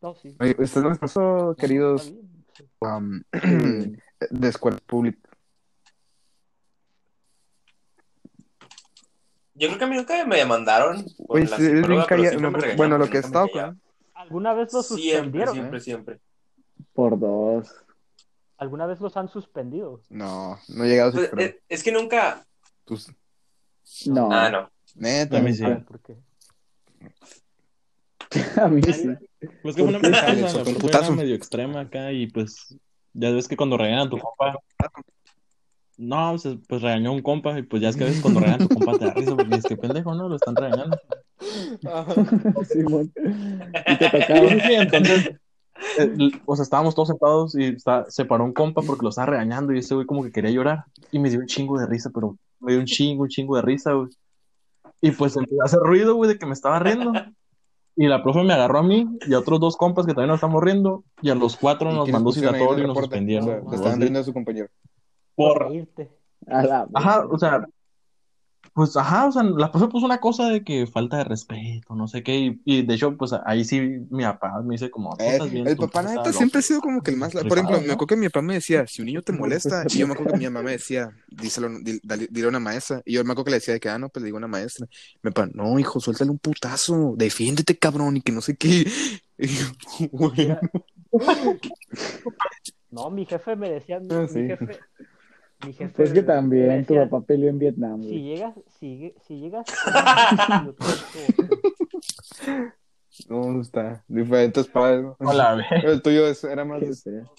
C: No, sí.
A: Oye, ustedes les pasó
C: Está
A: queridos
C: bien, sí.
A: am, de escuela pública
D: Yo creo que a mí nunca me mandaron. por
A: Oye,
D: la
A: sí, eres bien
D: psicóloga, pero
A: calla-
D: siempre me regañaban
A: bueno lo
D: porque
A: que he
D: nunca
A: estado
D: me callaban.
A: con
C: ¿Alguna vez los
D: Siempre,
C: suspendieron? ¿eh?
D: siempre, siempre.
E: Por dos.
C: ¿Alguna vez los han suspendido?
A: no no he llegado a sus
D: Pues,
A: pruebas.
D: eh, es que nunca.
A: tus
E: No.
D: Ah, no.
A: neta
B: A mí sí.
C: A ver, ¿por qué?
E: A mí sí.
B: Pues que fue una
E: ¿Por qué?
B: pendejada,
A: Le
B: la
A: soltó un
B: profe era
A: putazo.
B: medio extrema acá y pues ya ves que cuando regañan a tu compa, no, pues, pues regañó a un compa y pues ya es que a veces cuando regañan a tu compa te da risa porque es que pendejo, ¿no? Lo están regañando.
E: Simón. Y te
B: Sí,
E: tocaba.
B: sí, sí, entonces, eh, o sea, estábamos todos sentados y está- se paró un compa porque lo estaba regañando y ese güey como que quería llorar y me dio un chingo de risa, pero me dio un chingo, un chingo de risa, güey. Y pues empezó a hacer ruido, güey, de que me estaba riendo. Y la profe me agarró a mí y a otros dos compas que también nos estamos riendo y a los cuatro
A: ¿Y
B: nos
A: quiénes
B: mandó
A: pusieron ahí en el
B: citatorio y nos
A: reporte?
B: suspendieron.
A: O sea,
B: güey,
A: se estaban
B: así.
A: riendo de su compañero.
B: Por
C: Irte.
E: A la.
B: Ajá, o sea, pues ajá, o sea, la profe puso una cosa de que falta de respeto, no sé qué, y, y de hecho, pues ahí sí mi papá me dice como, "Ah, tú
A: Eh,
B: estás bien,
A: el
B: tú
A: papá, la
B: estás
A: neta,
B: loco.
A: siempre ha sido como que el más. la- Por ejemplo,
B: Rifado,
A: me
B: ¿no?
A: acuerdo que mi papá me decía: si un niño te molesta, y yo me acuerdo que mi mamá me decía, díselo, di- dale- dile a una maestra. Y yo me acuerdo que le decía de que, ah, no, pues le digo a una maestra. Mi papá, no, hijo, suéltale un putazo, defiéndete, cabrón, y que no sé qué. Y yo, "Bueno".
C: No, mi jefe me decía, mi,
A: Ah, sí.
C: mi jefe, mi jefe
E: Pues que
C: me
E: también tu
C: decía,
E: papá peleó en Vietnam.
C: Si
E: güey.
C: llegas, si, si llegas, yo te mato".
A: no, está. Diferentes padres. ¿no?
B: A la vez.
A: El tuyo es- era más.
E: Qué feo.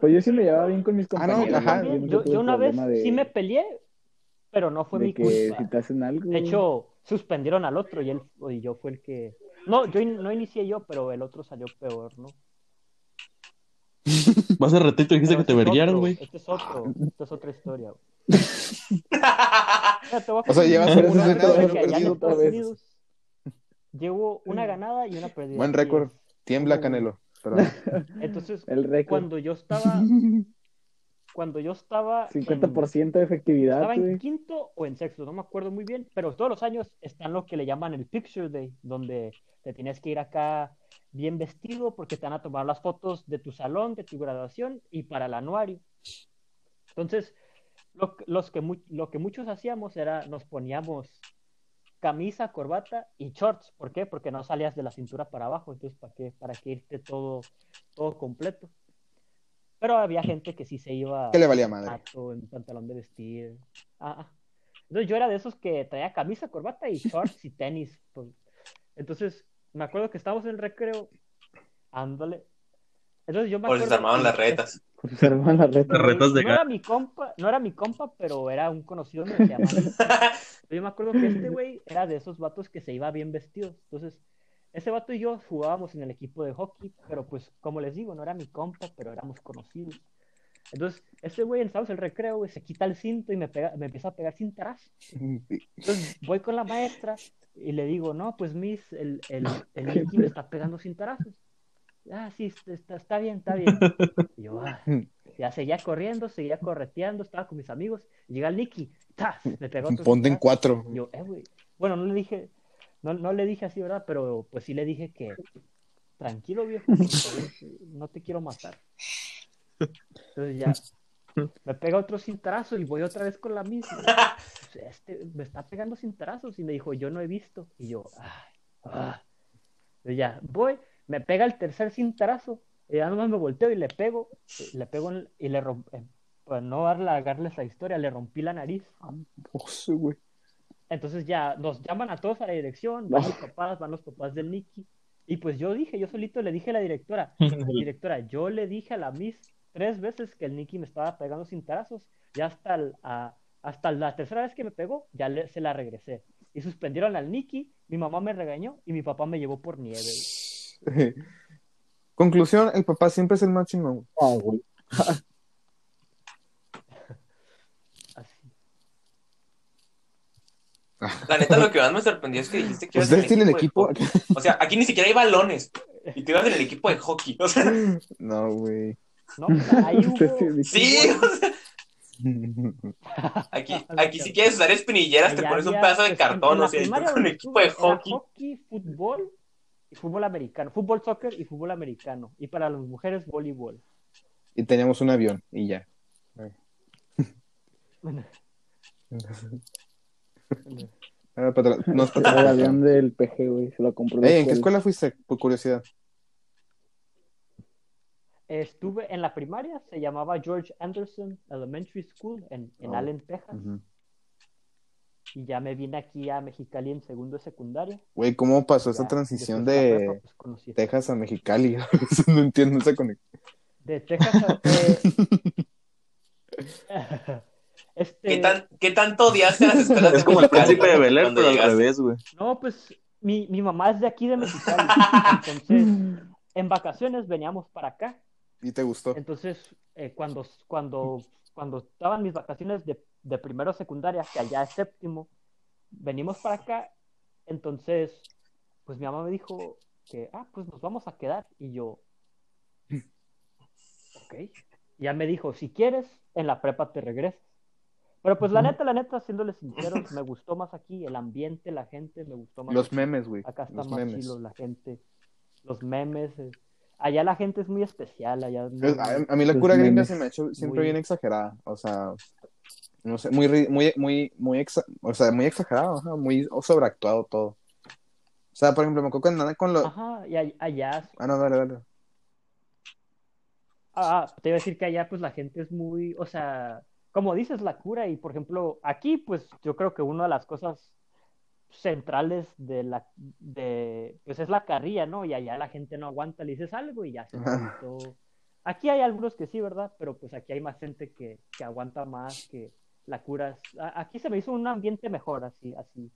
E: Pues yo sí me llevaba bien con mis
A: Ah, no,
E: compañeros.
A: ajá.
E: güey.
C: También,
E: nunca
C: yo,
E: tuve
C: yo una vez
E: problema de-
C: sí me peleé, pero no fue
E: de
C: mi
E: que
C: culpa.
E: si te hacen algo.
C: De hecho, suspendieron al otro y él y yo fue el que. No, yo in- no inicié yo, pero el otro salió peor, ¿no?
B: Vas a ratito dijiste
C: Pero este
B: que te
C: es
B: verguiaron,
C: otro,
B: güey.
C: Este es
A: Ah.
C: otro, esta es otra historia. güey. Mira, te voy a
A: O sea,
C: contar
A: llevas
C: una
E: un buen
C: historia
E: récord
C: que allá en
E: perdido
C: Estados
E: otra vez.
C: Unidos Llevo una ganada y una perdida.
A: Buen
C: así
A: récord.
C: es.
A: Tiembla, Canelo. Perdón.
C: Entonces,
E: El récord.
C: cuando yo estaba cuando yo estaba en-
E: 50% de efectividad,
C: estaba en
E: güey.
C: quinto o en sexto, no me acuerdo muy bien, pero todos los años están los que le llaman el Picture Day, donde te tienes que ir acá bien vestido porque te van a tomar las fotos de tu salón, de tu graduación y para el anuario. Entonces, lo, los que, mu- lo que muchos hacíamos era nos poníamos camisa, corbata y shorts. ¿Por qué? Porque no salías de la cintura para abajo, entonces ¿para qué? Para que irte todo, todo completo. Pero había gente que sí se iba
A: ¿Qué le valía
B: Ah,
A: madre?
C: zapato, en pantalón de vestir. Ah, ah. Entonces yo era de esos que traía camisa, corbata y shorts y tenis. pues. Entonces me acuerdo que estábamos en el recreo. Ándale. Entonces yo me
D: Por si
C: acuerdo.
D: se armaban
C: que-
D: las retas.
E: Conservan la red.
B: Las retas de
C: no
B: cara.
C: era mi compa, no era mi compa, pero era un conocido mío, se llamaba Nico. Pero yo me acuerdo que este güey era de esos vatos que se iba bien vestido. Entonces, ese vato y yo jugábamos en el equipo de hockey, pero pues, como les digo, no era mi compa, pero éramos conocidos. Entonces, este güey, el sábado es el recreo, güey, se quita el cinto y me, pega, me empieza a pegar cintaraz. Entonces, voy con la maestra y le digo, no, pues, Miss, el, el, el Nicky me está pegando cintarazos. Ah, sí, está- está, está bien, está bien. Y yo, ah, ya seguía corriendo, seguía correteando, estaba con mis amigos. Llega el Nicky, ¡tas! Me pegó otro
A: Ponte en
C: cintazo.
A: cuatro.
C: Yo, eh, güey. Bueno, no le dije, no, no le dije así, ¿verdad? Pero pues sí le dije que, tranquilo, viejo, por favor, no te quiero matar. Entonces ya, me pega otro cintrazo y voy otra vez con la misma. Pues, Este me está pegando cintrazos y me dijo, yo no he visto. Y yo, ay, ah. Entonces ya, voy, me pega el tercer cintrazo y ya nomás me volteo y le pego, le pego en- y le rompo. Para no alargarles la historia, le rompí la nariz.
E: Oso, güey.
C: Entonces ya nos llaman a todos a la dirección, van los papás, van los papás del Nicky. Y pues yo dije, yo solito le dije a la directora, directora, yo le dije a la Miss tres veces que el Nicky me estaba pegando cintarazos. Ya hasta, el- a- hasta la tercera vez que me pegó, ya le- se la regresé. Y suspendieron al Nicky, mi mamá me regañó y mi papá me llevó por nieve. güey.
A: Conclusión, el papá siempre es el más chingón.
E: Ah, güey.
C: Así.
D: La neta, lo que más me sorprendió es que dijiste que
A: Pues
D: ibas
A: ¿Ustedes
D: en
A: tienen
D: de
A: equipo?
D: hockey. O sea, aquí ni siquiera hay balones. Y tú ibas en el equipo de hockey. O sea,
A: No, güey.
C: No, o sea, ahí
E: Ustedes
C: hubo...
E: tienen-
D: sí. o sea, aquí, aquí si quieres usar espinilleras, te
C: Allá
D: pones un
C: había,
D: pedazo de
C: pues,
D: cartón.
C: en la
D: O sea, y tú
C: primaria
D: con un
C: donde
D: equipo de
C: estuve era
D: hockey.
C: hockey, fútbol y fútbol americano, fútbol soccer y fútbol americano. Y para las mujeres, voleibol.
A: Y teníamos un avión y ya. Ahora para atrás, nos para
E: Era el
A: atrás.
E: avión del PG, güey. Se lo compró. la
A: Ey, ¿En qué escuela fuiste? Por curiosidad.
C: Estuve en la primaria, se llamaba George Anderson Elementary School en, en
A: Oh.
C: Allen, Texas. Y ya me vine aquí a Mexicali en segundo de secundaria.
A: Güey, ¿cómo pasó esa
C: Ya,
A: transición
C: después la
A: de
C: prepa, pues, conocí-
A: Texas a Mexicali? no entiendo esa conexión.
C: De Texas a... eh, este,
D: ¿Qué, tan, ¿Qué tanto odiaste las escuelas
B: Es como el príncipe de Bel Air,
D: Cuando
B: pero al
D: llegaste.
B: revés, güey.
C: No, pues mi, mi mamá es de aquí de Mexicali. Entonces, en vacaciones veníamos para acá.
A: ¿Y te gustó?
C: Entonces, eh, cuando, cuando, cuando estaban mis vacaciones de, de primero a secundaria, que allá es séptimo, venimos para acá. Entonces, pues mi mamá me dijo que, ah, pues nos vamos a quedar. Y yo, ok. Ya me dijo, si quieres, en la prepa te regresas. Pero pues la neta, la neta, siéndoles sinceros, me gustó más aquí, el ambiente, la gente, me gustó más.
A: Los
C: aquí.
A: memes, güey.
C: Acá está
A: Los
C: más
A: memes.
C: chilo la gente. Los memes. eh. Allá la gente es muy especial. Allá no-
A: Pues, A, a mí la
E: Los
A: cura gringa
E: memes.
A: se me ha hecho siempre
C: Muy-
A: bien exagerada. O sea, no sé, muy, ri- muy, muy, muy, exa- o sea, muy exagerado, ajá, muy sobreactuado todo. O sea, por ejemplo, me acuerdo cuando andaba con los.
C: Ajá, y all- allá.
A: Ah, no, dale, dale.
C: Ah, ah, te iba a decir que allá, pues la gente es muy. O sea, como dices, la cura. Y por ejemplo, aquí, pues yo creo que una de las cosas centrales de la. de Pues es la carrilla, ¿no? Y allá la gente no aguanta, le dices algo y ya se
A: Ajá.
C: levantó. Aquí hay algunos que sí, ¿verdad? Pero pues aquí hay más gente que, que aguanta más, que la cura. es- a- Aquí se me hizo un ambiente mejor, así, así.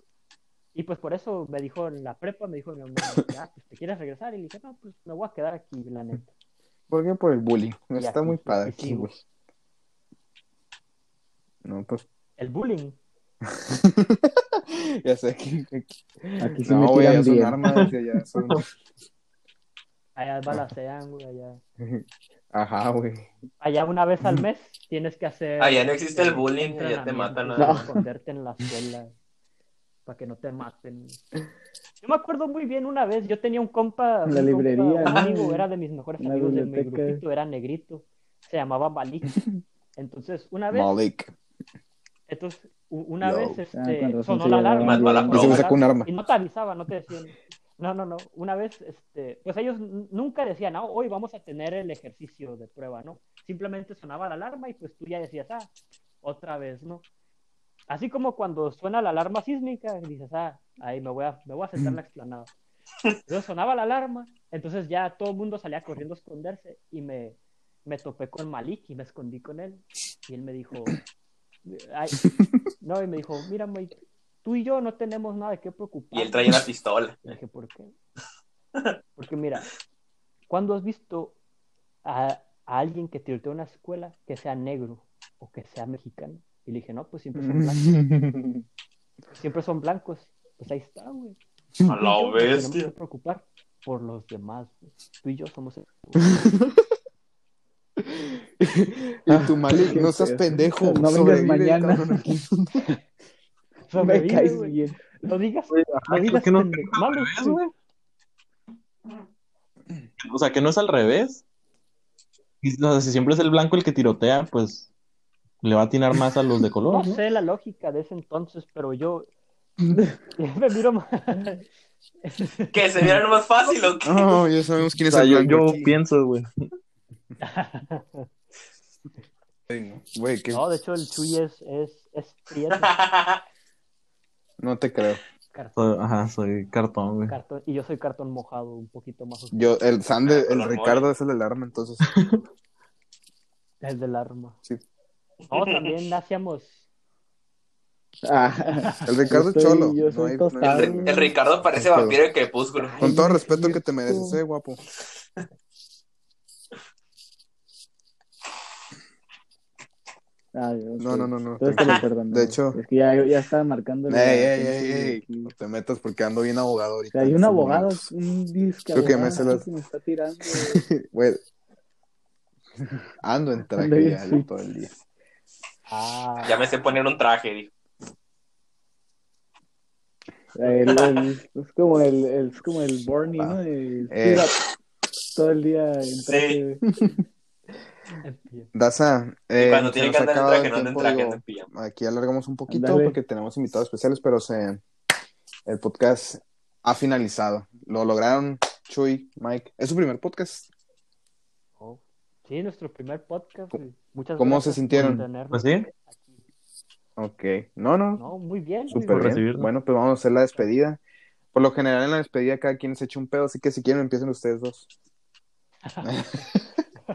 C: Y pues por eso me dijo en la prepa, me dijo mi mamá, ah, pues te quieres regresar. Y le dije, no, pues me voy a quedar aquí, la neta.
A: ¿Por qué? Por el bullying.
C: Y
A: Está
C: aquí,
A: muy padre
C: y
A: aquí,
C: sí,
A: güey. No, pues
C: El bullying.
A: ya sé que. que-
E: Aquí se
A: No,
E: me
A: güey, ya
E: tiran
A: son
E: bien.
A: armas. Ya, ya son-
C: Allá balacean, güey, allá.
A: Ajá, güey.
C: Allá una vez al mes tienes que hacer.
D: Allá no existe el bullying, allá te
C: entrenamiento,
D: matan, ¿no?
C: tienes que Esconderte en la escuela para que no te maten. Yo me acuerdo muy bien una vez, yo tenía un compa.
E: En
C: un compa,
E: la librería,
C: un
E: ¿no?
C: amigo, era de mis mejores
E: En la
C: amigos de mi
E: biblioteca.
C: grupito, era negrito. Se llamaba Malik. Entonces, una vez.
A: Malik.
C: Entonces, u- una
A: Yo.
C: vez este,
E: Ah, con razón
C: sonó
E: se
C: la
E: llevaban
C: alarma.
D: Mató a la
C: sonó
D: profe.
A: Y se me
C: alarma,
A: sacó un arma.
C: Y no te avisaba, no te decían. No, no, no. Una vez, este, pues ellos n- nunca decían, "Ah, hoy vamos a tener el ejercicio de prueba, ¿no? Simplemente sonaba la alarma y pues tú ya decías, ah, otra vez, ¿no? Así como cuando suena la alarma sísmica, dices, ah, ahí me voy a, me voy a sentar en la explanada. Entonces sonaba la alarma, entonces ya todo el mundo salía corriendo a esconderse y me, me topé con Malik y me escondí con él. Y él me dijo, ay, no, y me dijo, mira, Moy, tú y yo no tenemos nada de qué preocupar.
D: Y él trae una pistola.
C: Dije, ¿por qué? Porque mira, ¿cuándo has visto a, a alguien que tirotea una escuela que sea negro o que sea mexicano? Y le dije, no, pues siempre son blancos. Siempre son blancos. Pues ahí está, güey.
D: A
C: Tú y yo
D: la
C: nos tenemos
D: bestia.
C: que preocupar por los demás, güey. Tú y yo somos... el-
A: Y tu Malik, Ah. no seas
E: Ah, Qué
A: pendejo.
E: No vengas
A: sobrevive,
E: mañana.
A: cabrón, aquí.
E: Me
C: Sobrevive,
E: caes
C: güey.
E: bien.
C: No digas,
B: Oye,
C: no
B: ajá,
C: digas
B: ¿por qué no?
C: pende- mames,
B: revés,
C: güey.
B: O sea, que no es al revés. Y, o sea, si siempre es el blanco el que tirotea, pues le va a atinar más a los de
C: No
B: color, ¿no?
C: sé la lógica de ese entonces, pero yo... me miro más...
D: Que se vieran más fácil, ¿o qué?
F: No, ya sabemos quién
B: O
F: es
B: sea,
F: el
B: yo,
F: blanco
B: yo
F: aquí.
B: pienso, güey.
A: Güey, que
C: No, de hecho el Chuy es, es, es prieto,
A: no te creo.
C: cartón,
B: Soy- Ajá, soy cartón, güey.
C: cartón, y yo soy cartón mojado, un poquito más oscuro,
A: Yo, el Sander, el
D: Color
A: Ricardo es el del arma, entonces.
C: es del arma.
A: Sí.
C: No, también hacíamos,
E: Ah,
A: El Ricardo
E: Yo soy-
A: Cholo.
E: yo soy
A: hay-
E: tostado.
A: hay-
D: el Ricardo parece vampiro de crepúsculo.
A: Con todo respeto que te mereces, eh, guapo.
E: ay, ok.
A: No, no, no, no.
E: ah, Entonces te lo perdono.
A: De hecho-
E: Es que ya, ya estaba marcando. la-
A: Ey, ey, ey,
E: la-
A: ey. No te metas porque ando bien abogado
E: O
A: ahorita.
E: sea, hay
A: en
E: un
A: estos
E: abogado,
A: momentos.
E: un disque
A: Creo que me
E: abogado
A: sé las-
E: que me está tirando.
A: Güey. Ando en
E: Ando
A: traje
E: bien
A: ya
E: fit.
A: todo el día.
C: ah,
D: Ya me sé poner un traje, dijo.
E: El- el- es como el, el- es como el Borny,
A: Ah.
E: ¿no? El-
A: Eh.
E: tira todo el día en traje.
C: empiezo.
A: Daza, eh,
D: Cuando
A: se
D: tiene
A: nos
D: que andar en
A: acaba
D: traje,
A: el
D: no anda en
A: tiempo,
D: traje,
A: digo,
D: anda en pijama.
A: aquí alargamos un poquito
E: Ándale.
A: porque tenemos invitados especiales, pero se, el podcast ha finalizado. Lo lograron Chuy, Mike. Es su primer podcast.
C: Oh. sí, nuestro primer podcast, güey. muchas
A: ¿Cómo
C: gracias
A: se sintieron?
C: por tenernos
B: Pues sí,
C: aquí.
A: Ok. No, no.
C: No, muy bien, muy
A: Súper
B: por
A: bien.
B: recibirnos.
A: Bueno, pues vamos a hacer la despedida. Por lo general en la despedida cada quien se echa un pedo, así que si quieren empiecen ustedes dos.
C: bien.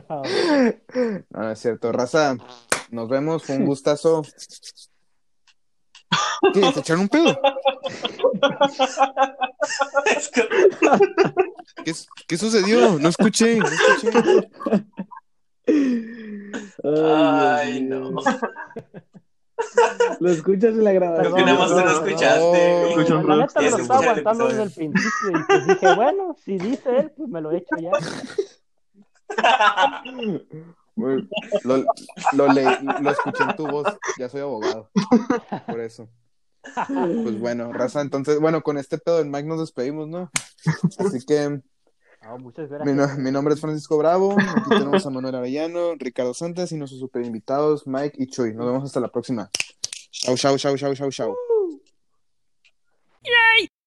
A: No, no Ah, es cierto. Raza, nos vemos. Fue un gustazo. ¿Qué? ¿Se echaron un pedo?
D: Es que-
F: ¿Qué, qué sucedió? No escuché, no escuché.
D: Ay,
E: Dios
D: no.
E: mío. Lo escuchas en la grabación.
D: Es que nada más te lo
A: no,
D: escuchaste.
B: escucho
D: güey.
B: un
C: la neta me
D: Tienes
C: lo
D: que
C: estaba
D: escuchar el
C: aguantando
D: episodio.
C: desde el principio y pues dije, bueno, si dice él, pues me lo echo ya.
A: Güey, Lo, lo, le- lo escuché en tu voz. Ya soy abogado. Por eso. Pues bueno, Raza, entonces, bueno, con este pedo del Mike nos despedimos, ¿no? Así que
C: No, muchas
A: mi,
C: gracias.
A: no- mi nombre es Francisco Bravo. Aquí tenemos a Manuel Arellano, Ricardo Santos y nuestros super invitados, Mike y Chuy. Nos vemos hasta la próxima. Chau, chau, chau, chau, chau, chau.
G: Yay!